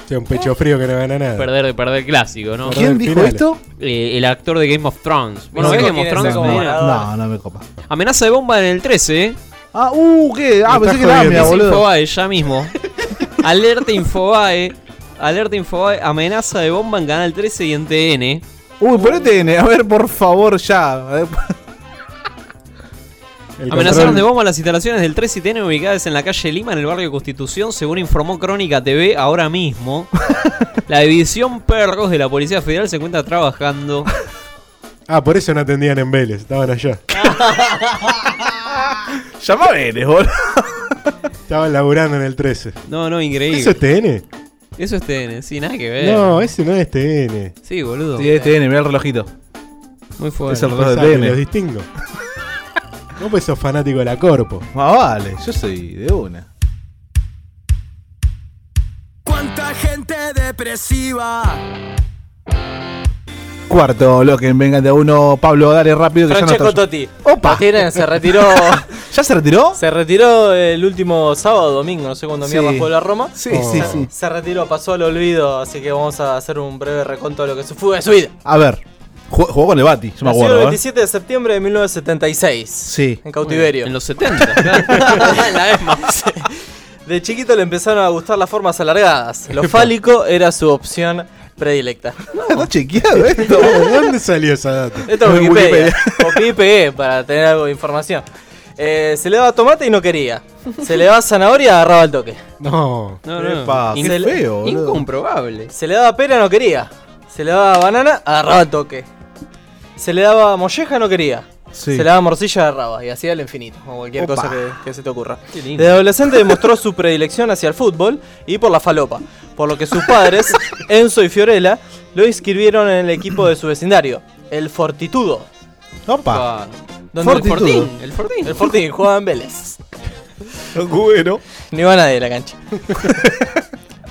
Speaker 9: O sea, un pecho frío que no gana nada.
Speaker 7: Perder, perder clásico, ¿no?
Speaker 9: ¿Quién Perder dijo finales. esto?
Speaker 7: Eh, el actor de Game of Thrones. Bueno,
Speaker 6: No,
Speaker 7: ¿ves
Speaker 6: no,
Speaker 7: Game of Thrones?
Speaker 6: no,
Speaker 7: Mira.
Speaker 6: no, no me copa.
Speaker 7: Amenaza de bomba en el 13, ¿eh?
Speaker 6: Ah, uh, ¿qué? Ah,
Speaker 7: Me
Speaker 6: pensé
Speaker 7: estás
Speaker 6: que era
Speaker 7: jodiendo.
Speaker 6: Amia,
Speaker 7: Es
Speaker 6: boludo.
Speaker 7: Infobae, ya mismo. Alerta Infobae. Alerta Infobae. Amenaza de bomba en Canal 13 y en TN.
Speaker 6: Uy, ponete N, a ver, por favor, ya. A ver,
Speaker 9: El
Speaker 7: Amenazaron
Speaker 9: control-
Speaker 7: de bomba las instalaciones del 13 y TN ubicadas en la calle Lima, en el barrio Constitución, según informó Crónica TV ahora mismo. la división Perros de la Policía Federal se encuentra trabajando.
Speaker 9: Ah, por eso no atendían en Vélez, estaban allá.
Speaker 6: Llama a Vélez, boludo.
Speaker 9: Estaban laburando en el 13.
Speaker 7: No, no, increíble.
Speaker 9: ¿Eso es TN?
Speaker 7: Eso es TN, sí, nada que ver.
Speaker 9: No, eh. ese no es TN.
Speaker 7: Sí, E boludo.
Speaker 6: Sí, es TN, mirá el relojito.
Speaker 7: Muy fuerte.
Speaker 6: Es el reloj
Speaker 9: Pensá
Speaker 6: de
Speaker 9: que Los
Speaker 6: TN.
Speaker 9: distingo. No pues sos fanático de la Corpo.
Speaker 6: Más vale, yo soy de una.
Speaker 5: ¿Cuánta gente depresiva?
Speaker 6: Cuarto bloque, vengan de a uno. Pablo, dale rápido que ya no
Speaker 8: Francesco
Speaker 6: está.
Speaker 8: Totti. Opa. se retiró.
Speaker 6: ¿Ya se retiró?
Speaker 8: Se retiró el último sábado, domingo, no sé cuándo
Speaker 6: Sí.
Speaker 8: mierda jugó la Roma.
Speaker 6: Sí, sí,
Speaker 8: Se-
Speaker 6: sí.
Speaker 8: Se retiró, pasó al olvido, así que vamos a hacer un breve reconto de lo que su- fue de su vida.
Speaker 6: A ver, jugó, jugó con el Bati, yo me
Speaker 8: Nació el
Speaker 6: acuerdo. ¿eh?
Speaker 8: 27 de septiembre de 1976.
Speaker 6: Sí.
Speaker 8: En cautiverio.
Speaker 7: En los 70. la ESMA.
Speaker 8: De chiquito le empezaron a gustar las formas alargadas. Lo fálico era su opción predilecta.
Speaker 6: ¿Está chequeado esto?
Speaker 9: ¿De dónde salió esa data?
Speaker 8: Esto es Wikipedia. Copié y pegué para tener algo de información. Eh, se le daba tomate y no quería. Se le daba zanahoria y agarraba el toque.
Speaker 9: No.
Speaker 7: No, no.
Speaker 6: Epa,
Speaker 7: Inc-
Speaker 6: Ah, qué feo, eh. boludo.
Speaker 7: Incomprobable.
Speaker 8: Se le daba pera, no quería. Se le daba banana, agarraba el toque. Se le daba molleja, no quería.
Speaker 6: Sí.
Speaker 8: Se le daba morcilla, agarraba. Y hacía el infinito, o cualquier
Speaker 6: Opa.
Speaker 8: cosa que, que se te ocurra.
Speaker 7: Qué lindo.
Speaker 8: De adolescente demostró su predilección hacia el fútbol y por la falopa. Por lo que sus padres, Enzo y Fiorella, lo inscribieron en el equipo de su vecindario, el Fortitudo.
Speaker 6: Opa.
Speaker 8: Donde el
Speaker 6: Ah. Fortitudo.
Speaker 8: Fortín,
Speaker 7: el Fortín.
Speaker 8: El Fortín jugaba en Vélez.
Speaker 6: Bueno.
Speaker 8: No iba nadie a la cancha.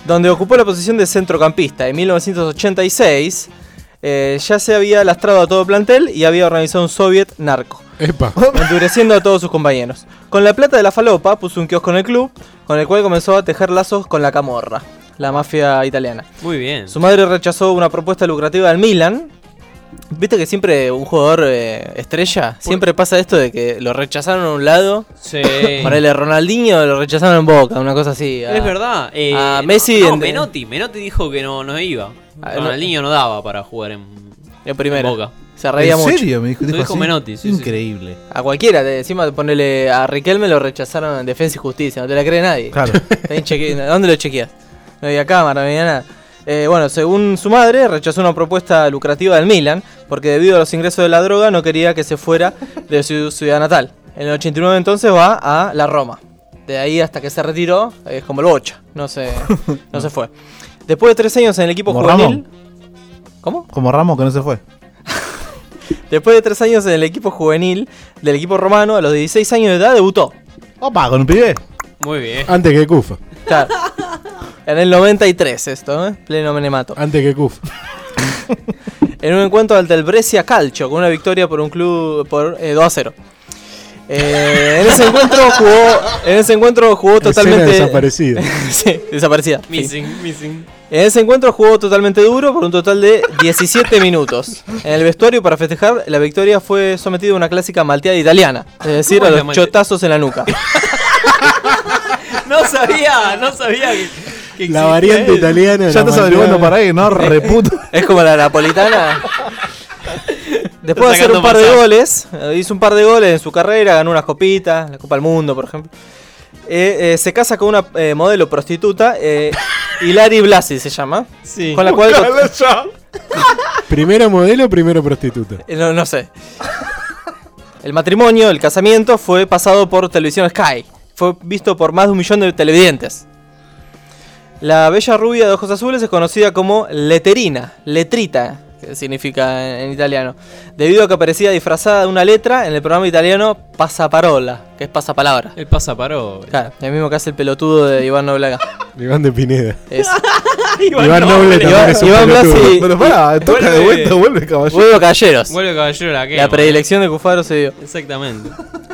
Speaker 8: Donde ocupó la posición de centrocampista. En 1986 eh, ya se había lastrado a todo plantel y había organizado un soviet narco.
Speaker 9: Epa.
Speaker 8: Endureciendo a todos sus compañeros. Con la plata de la falopa puso un kiosco en el club, con el cual comenzó a tejer lazos con la camorra, la mafia italiana.
Speaker 7: Muy bien.
Speaker 8: Su madre rechazó una propuesta lucrativa del Milan. Viste que siempre un jugador eh, estrella, siempre pasa esto de que lo rechazaron a un lado.
Speaker 7: Sí.
Speaker 8: Ponele Ronaldinho, lo rechazaron en Boca, una cosa así.
Speaker 7: Es
Speaker 8: Ah.
Speaker 7: verdad. eh,
Speaker 8: a
Speaker 7: no,
Speaker 8: Messi
Speaker 7: No,
Speaker 8: en-
Speaker 7: Menotti. Menotti dijo que no, no iba.
Speaker 8: Ah,
Speaker 7: Con
Speaker 8: no.
Speaker 7: el niño no daba para jugar en,
Speaker 8: En primera.
Speaker 7: en Boca.
Speaker 8: Se reía
Speaker 6: ¿En
Speaker 8: mucho.
Speaker 6: serio? Me dijo,
Speaker 7: Lo
Speaker 6: dijo
Speaker 7: dijo
Speaker 6: así.
Speaker 7: Menotti, sí, sí.
Speaker 6: Increíble.
Speaker 8: A cualquiera, de, encima ponele a Riquelme lo rechazaron en Defensa y Justicia, no te la cree nadie.
Speaker 6: Claro.
Speaker 8: Ahí cheque- ¿Dónde lo chequeas? No había cámara, no había nada. Eh, bueno, según su madre, rechazó una propuesta lucrativa del Milan, porque debido a los ingresos de la droga no quería que se fuera de su ciudad natal. En el 89 entonces va a la Roma. De ahí hasta que se retiró, es como el bocha, no se, no se fue. Después de tres años en el equipo
Speaker 6: Como
Speaker 8: juvenil,
Speaker 6: Ramón.
Speaker 8: ¿Cómo?
Speaker 6: Como Ramos que no se fue.
Speaker 8: Después de tres años en el equipo juvenil del equipo romano, a los 16 años de edad debutó.
Speaker 6: Opa, con un pibe.
Speaker 7: Muy bien.
Speaker 9: Antes que Cufa.
Speaker 8: Claro. En el 93 esto, ¿eh? Pleno menemato.
Speaker 9: Antes que Cufa.
Speaker 8: En un encuentro ante el Brescia Calcio, con una victoria por un club por eh, 2 a 0. Eh, en ese encuentro jugó, en ese encuentro jugó
Speaker 9: Escena
Speaker 8: totalmente
Speaker 9: desaparecida.
Speaker 8: sí, desaparecida. sí.
Speaker 7: Missing, missing.
Speaker 8: En ese encuentro jugó totalmente duro por un total de 17 minutos. En el vestuario para festejar la victoria fue sometido a una clásica malteada italiana, es decir,
Speaker 7: ¿Cómo
Speaker 8: a
Speaker 7: es la
Speaker 8: los
Speaker 7: malte-
Speaker 8: chotazos en la nuca.
Speaker 7: No sabía, no sabía que, que existía
Speaker 9: variante
Speaker 7: él.
Speaker 9: italiana de la
Speaker 8: Ya estás
Speaker 9: malteada.
Speaker 8: averiguando para ahí, ¿no? Reputo. Es como la napolitana. Después de hacer
Speaker 7: sacando
Speaker 8: un par de
Speaker 7: masa.
Speaker 8: goles, eh, hizo un par de goles en su carrera, ganó unas copitas, la Copa del Mundo, por ejemplo. Eh, eh, se casa con una eh, modelo prostituta, eh, Hilary Blasi se llama. Sí. Con la cual.
Speaker 6: Buscala
Speaker 9: Primero modelo, primero prostituta.
Speaker 8: Eh, No, no sé. El matrimonio, el casamiento, fue pasado por televisión Sky. Fue visto por más de un millón de televidentes. La bella rubia de ojos azules es conocida como Leterina, letrita, que significa en, en italiano, debido a que aparecía disfrazada de una letra en el programa italiano Pasaparola, que es pasapalabra.
Speaker 7: El pasaparo.
Speaker 8: Claro, el mismo que hace el pelotudo de Iván Noblaga.
Speaker 9: Iván de Pineda.
Speaker 8: Es-
Speaker 9: Iván Noble también
Speaker 8: Iván,
Speaker 9: es un
Speaker 8: Iván Blasi-
Speaker 9: pelotudo.
Speaker 6: Pero pará, toca de vuelta, vuelve caballero.
Speaker 8: Vuelve caballeros.
Speaker 7: Vuelve caballero la quema.
Speaker 8: La predilección de Cufaro se dio.
Speaker 7: Exactamente.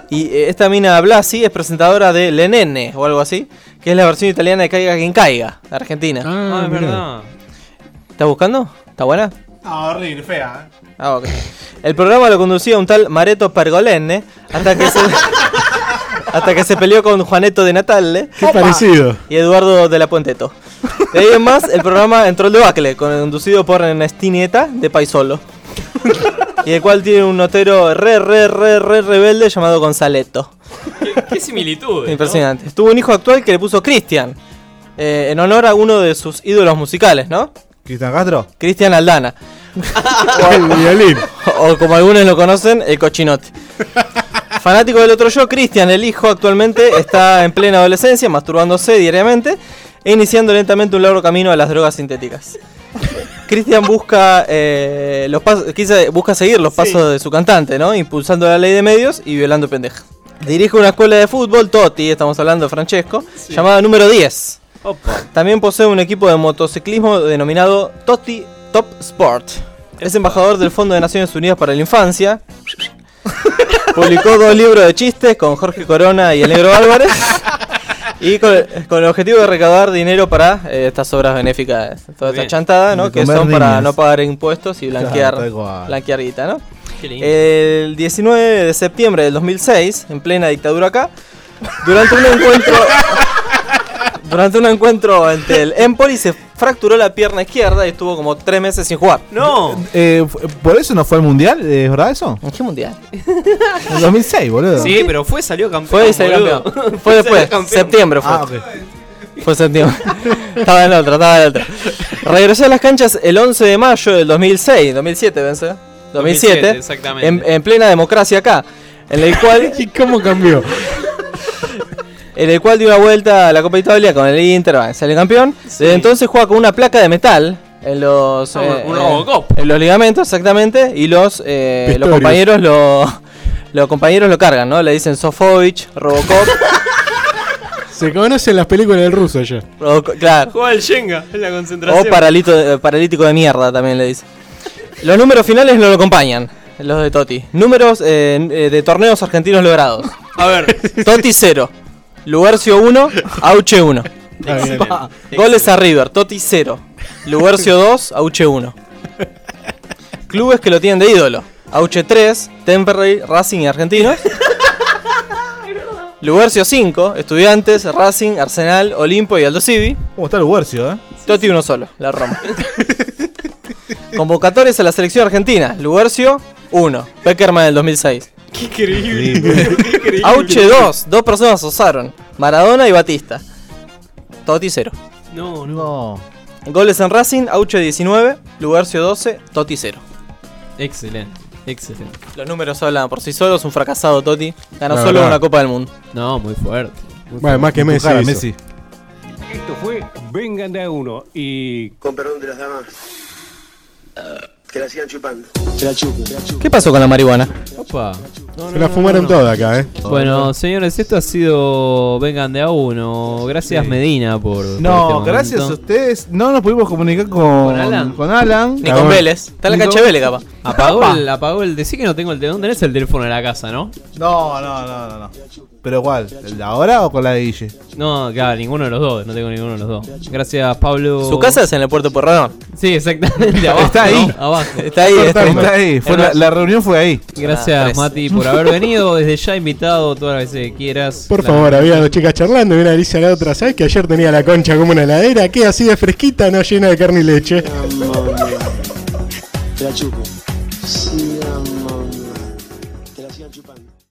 Speaker 8: Y eh, esta mina Blasi es presentadora de Lenene o algo así, que es la versión italiana de Caiga quien caiga, de Argentina.
Speaker 7: Ah, es verdad.
Speaker 8: ¿Estás buscando? ¿Está buena?
Speaker 12: No, Ah, horrible, fea. ¿eh?
Speaker 8: Ah, ok. El programa lo conducía un tal Mareto Pergolenne hasta que se, hasta que se peleó con Juaneto de Natale.
Speaker 9: Qué parecido.
Speaker 8: Y Eduardo de la Puenteto. De ahí en más, el programa entró el debacle, conducido por Ernestineta de Paisolo. Y el cual tiene un notero re, re, re, re rebelde llamado Gonzaleto.
Speaker 7: Qué similitud.
Speaker 8: Impresionante. Tuvo un hijo actual que le puso Cristian, eh, en honor a uno de sus ídolos musicales, ¿no?
Speaker 6: ¿Cristian Castro?
Speaker 8: Cristian Aldana.
Speaker 6: El violín.
Speaker 8: O como algunos lo conocen, el cochinote. Fanático del otro yo, Cristian, el hijo, actualmente está en plena adolescencia, masturbándose diariamente e iniciando lentamente un largo camino a las drogas sintéticas. Cristian busca, eh, los pas- quizá busca seguir los pasos de su cantante, ¿no? Impulsando la ley de medios y violando pendeja. Dirige una escuela de fútbol, Totti, estamos hablando de Francesco, llamada número 10. También posee un equipo de motociclismo denominado Totti Top Sport. Es embajador del Fondo de Naciones Unidas para la Infancia. Publicó dos libros de chistes con Jorge Corona y el Negro Álvarez. Y con, con el objetivo de recaudar dinero para eh, estas obras benéficas, toda esta
Speaker 7: Bien.
Speaker 8: chantada, ¿no?
Speaker 6: De
Speaker 8: Que
Speaker 6: comer
Speaker 8: son para
Speaker 6: niñas.
Speaker 8: no pagar impuestos y blanquear,
Speaker 6: tal cual.
Speaker 8: blanquear guita, ¿no?
Speaker 7: Qué lindo.
Speaker 8: Eh, El 19 de septiembre del 2006, en plena dictadura acá, durante un encuentro durante un encuentro ante el Empoli se fracturó la pierna izquierda y estuvo como tres meses sin jugar.
Speaker 7: No.
Speaker 6: Eh, fu- ¿Por eso no fue al mundial? ¿Es verdad eso?
Speaker 8: ¿En qué mundial?
Speaker 6: En 2006, boludo.
Speaker 7: Sí, pero fue, salió campeón.
Speaker 8: Fue y salió
Speaker 7: boludo.
Speaker 8: campeón. Fue
Speaker 7: Fue
Speaker 8: después,
Speaker 7: salió campeón.
Speaker 8: septiembre fue.
Speaker 7: Ah,
Speaker 8: Fue septiembre. estaba en otra, estaba en otra. Regresó a las canchas el 11 de mayo del 2006, 2007, vence. 2007,
Speaker 7: 2007, exactamente.
Speaker 8: En, en plena democracia acá, en el cual
Speaker 9: ¿Y cómo cambió?
Speaker 8: en el cual dio una vuelta a la Copa Italia con el Inter, va, sale campeón. Desde entonces juega con una placa de metal en los, eh,
Speaker 7: Ah, un Robocop.
Speaker 8: en los ligamentos, exactamente, y los, eh, los
Speaker 7: Pistorius.
Speaker 8: compañeros lo los compañeros lo cargan, ¿no? Le dicen Sofovich, Robocop,
Speaker 9: Se conocen las películas del ruso ya.
Speaker 8: Roboco- claro.
Speaker 7: Juega el Shenga en la concentración.
Speaker 8: O paralito, eh, paralítico de mierda también le dice. Los números finales no lo acompañan, los de Totti. Números eh, n- eh, de torneos argentinos logrados.
Speaker 7: A ver.
Speaker 8: Totti 0, Lugarcio 1, Auche 1. Goles a River, Totti 0. Lugarcio 2, Auche 1. Clubes que lo tienen de ídolo. Auche 3, Temperley, Racing y Argentinos. Lugarcio 5, Estudiantes, Racing, Arsenal, Olimpo y Aldo Civi.
Speaker 6: ¿Cómo está Lugarcio, eh?
Speaker 8: Totti uno solo, la Roma. Convocatorias a la selección argentina. Lugarcio 1, Peckerman del 2006.
Speaker 7: Qué increíble. Qué increíble.
Speaker 8: Auche 2, dos personas usaron. Maradona y Batista. Totti 0.
Speaker 7: No, no.
Speaker 8: Goles en Racing, Auche 19, Lugarcio 12, Totti 0.
Speaker 7: Excelente, excelente.
Speaker 8: Los números hablan por sí solos, un fracasado Totti. Ganó
Speaker 7: La
Speaker 8: solo
Speaker 7: verdad.
Speaker 8: una Copa del Mundo.
Speaker 7: No, muy fuerte.
Speaker 9: Bueno, más que Messi. hizo.
Speaker 21: Esto fue Vengan de a uno y.
Speaker 17: Con perdón de las damas. Que la sigan chupando.
Speaker 8: ¿Qué pasó con la marihuana?
Speaker 7: Opa.
Speaker 9: Se la fumaron toda acá, ¿eh?
Speaker 7: Bueno, señores, esto ha sido Vengan de a uno. Gracias,
Speaker 6: Sí.
Speaker 7: Medina, por. por
Speaker 6: No,
Speaker 7: este
Speaker 6: gracias a
Speaker 7: momento.
Speaker 6: ustedes. No nos pudimos comunicar con,
Speaker 7: Con Alan.
Speaker 6: con Alan.
Speaker 9: Ah,
Speaker 7: Ni con Vélez. Está en la Ah,
Speaker 6: Ni
Speaker 7: cancha
Speaker 6: con-
Speaker 7: de Vélez, capaz. Apagó el, apagó el. Decí que no tengo el teléfono. Tenés el teléfono de la casa, ¿no?
Speaker 6: No, no, no, no, no. Pero igual, ¿el de ahora o con la de Guille?
Speaker 7: No, claro, ninguno de los dos. No tengo ninguno de los dos. Gracias, Pablo.
Speaker 8: Su casa es en el puerto Porradón.
Speaker 7: Sí, exactamente. abajo,
Speaker 8: Está ahí.
Speaker 7: ¿no? Abajo.
Speaker 8: Está ahí,
Speaker 6: Está, está ahí. Fue la,
Speaker 7: Hermoso.
Speaker 6: la reunión fue ahí.
Speaker 7: Gracias,
Speaker 8: tres.
Speaker 7: Mati, por haber venido. Desde ya invitado todas las veces que quieras.
Speaker 9: Por
Speaker 7: La-
Speaker 9: favor, había dos chicas charlando y una le dice a la otra, ¿sabes que ayer tenía la concha como una heladera? Que así de fresquita, no llena de carne y leche.
Speaker 3: Te la chupo. Sí, mamá. Te la sigan chupando.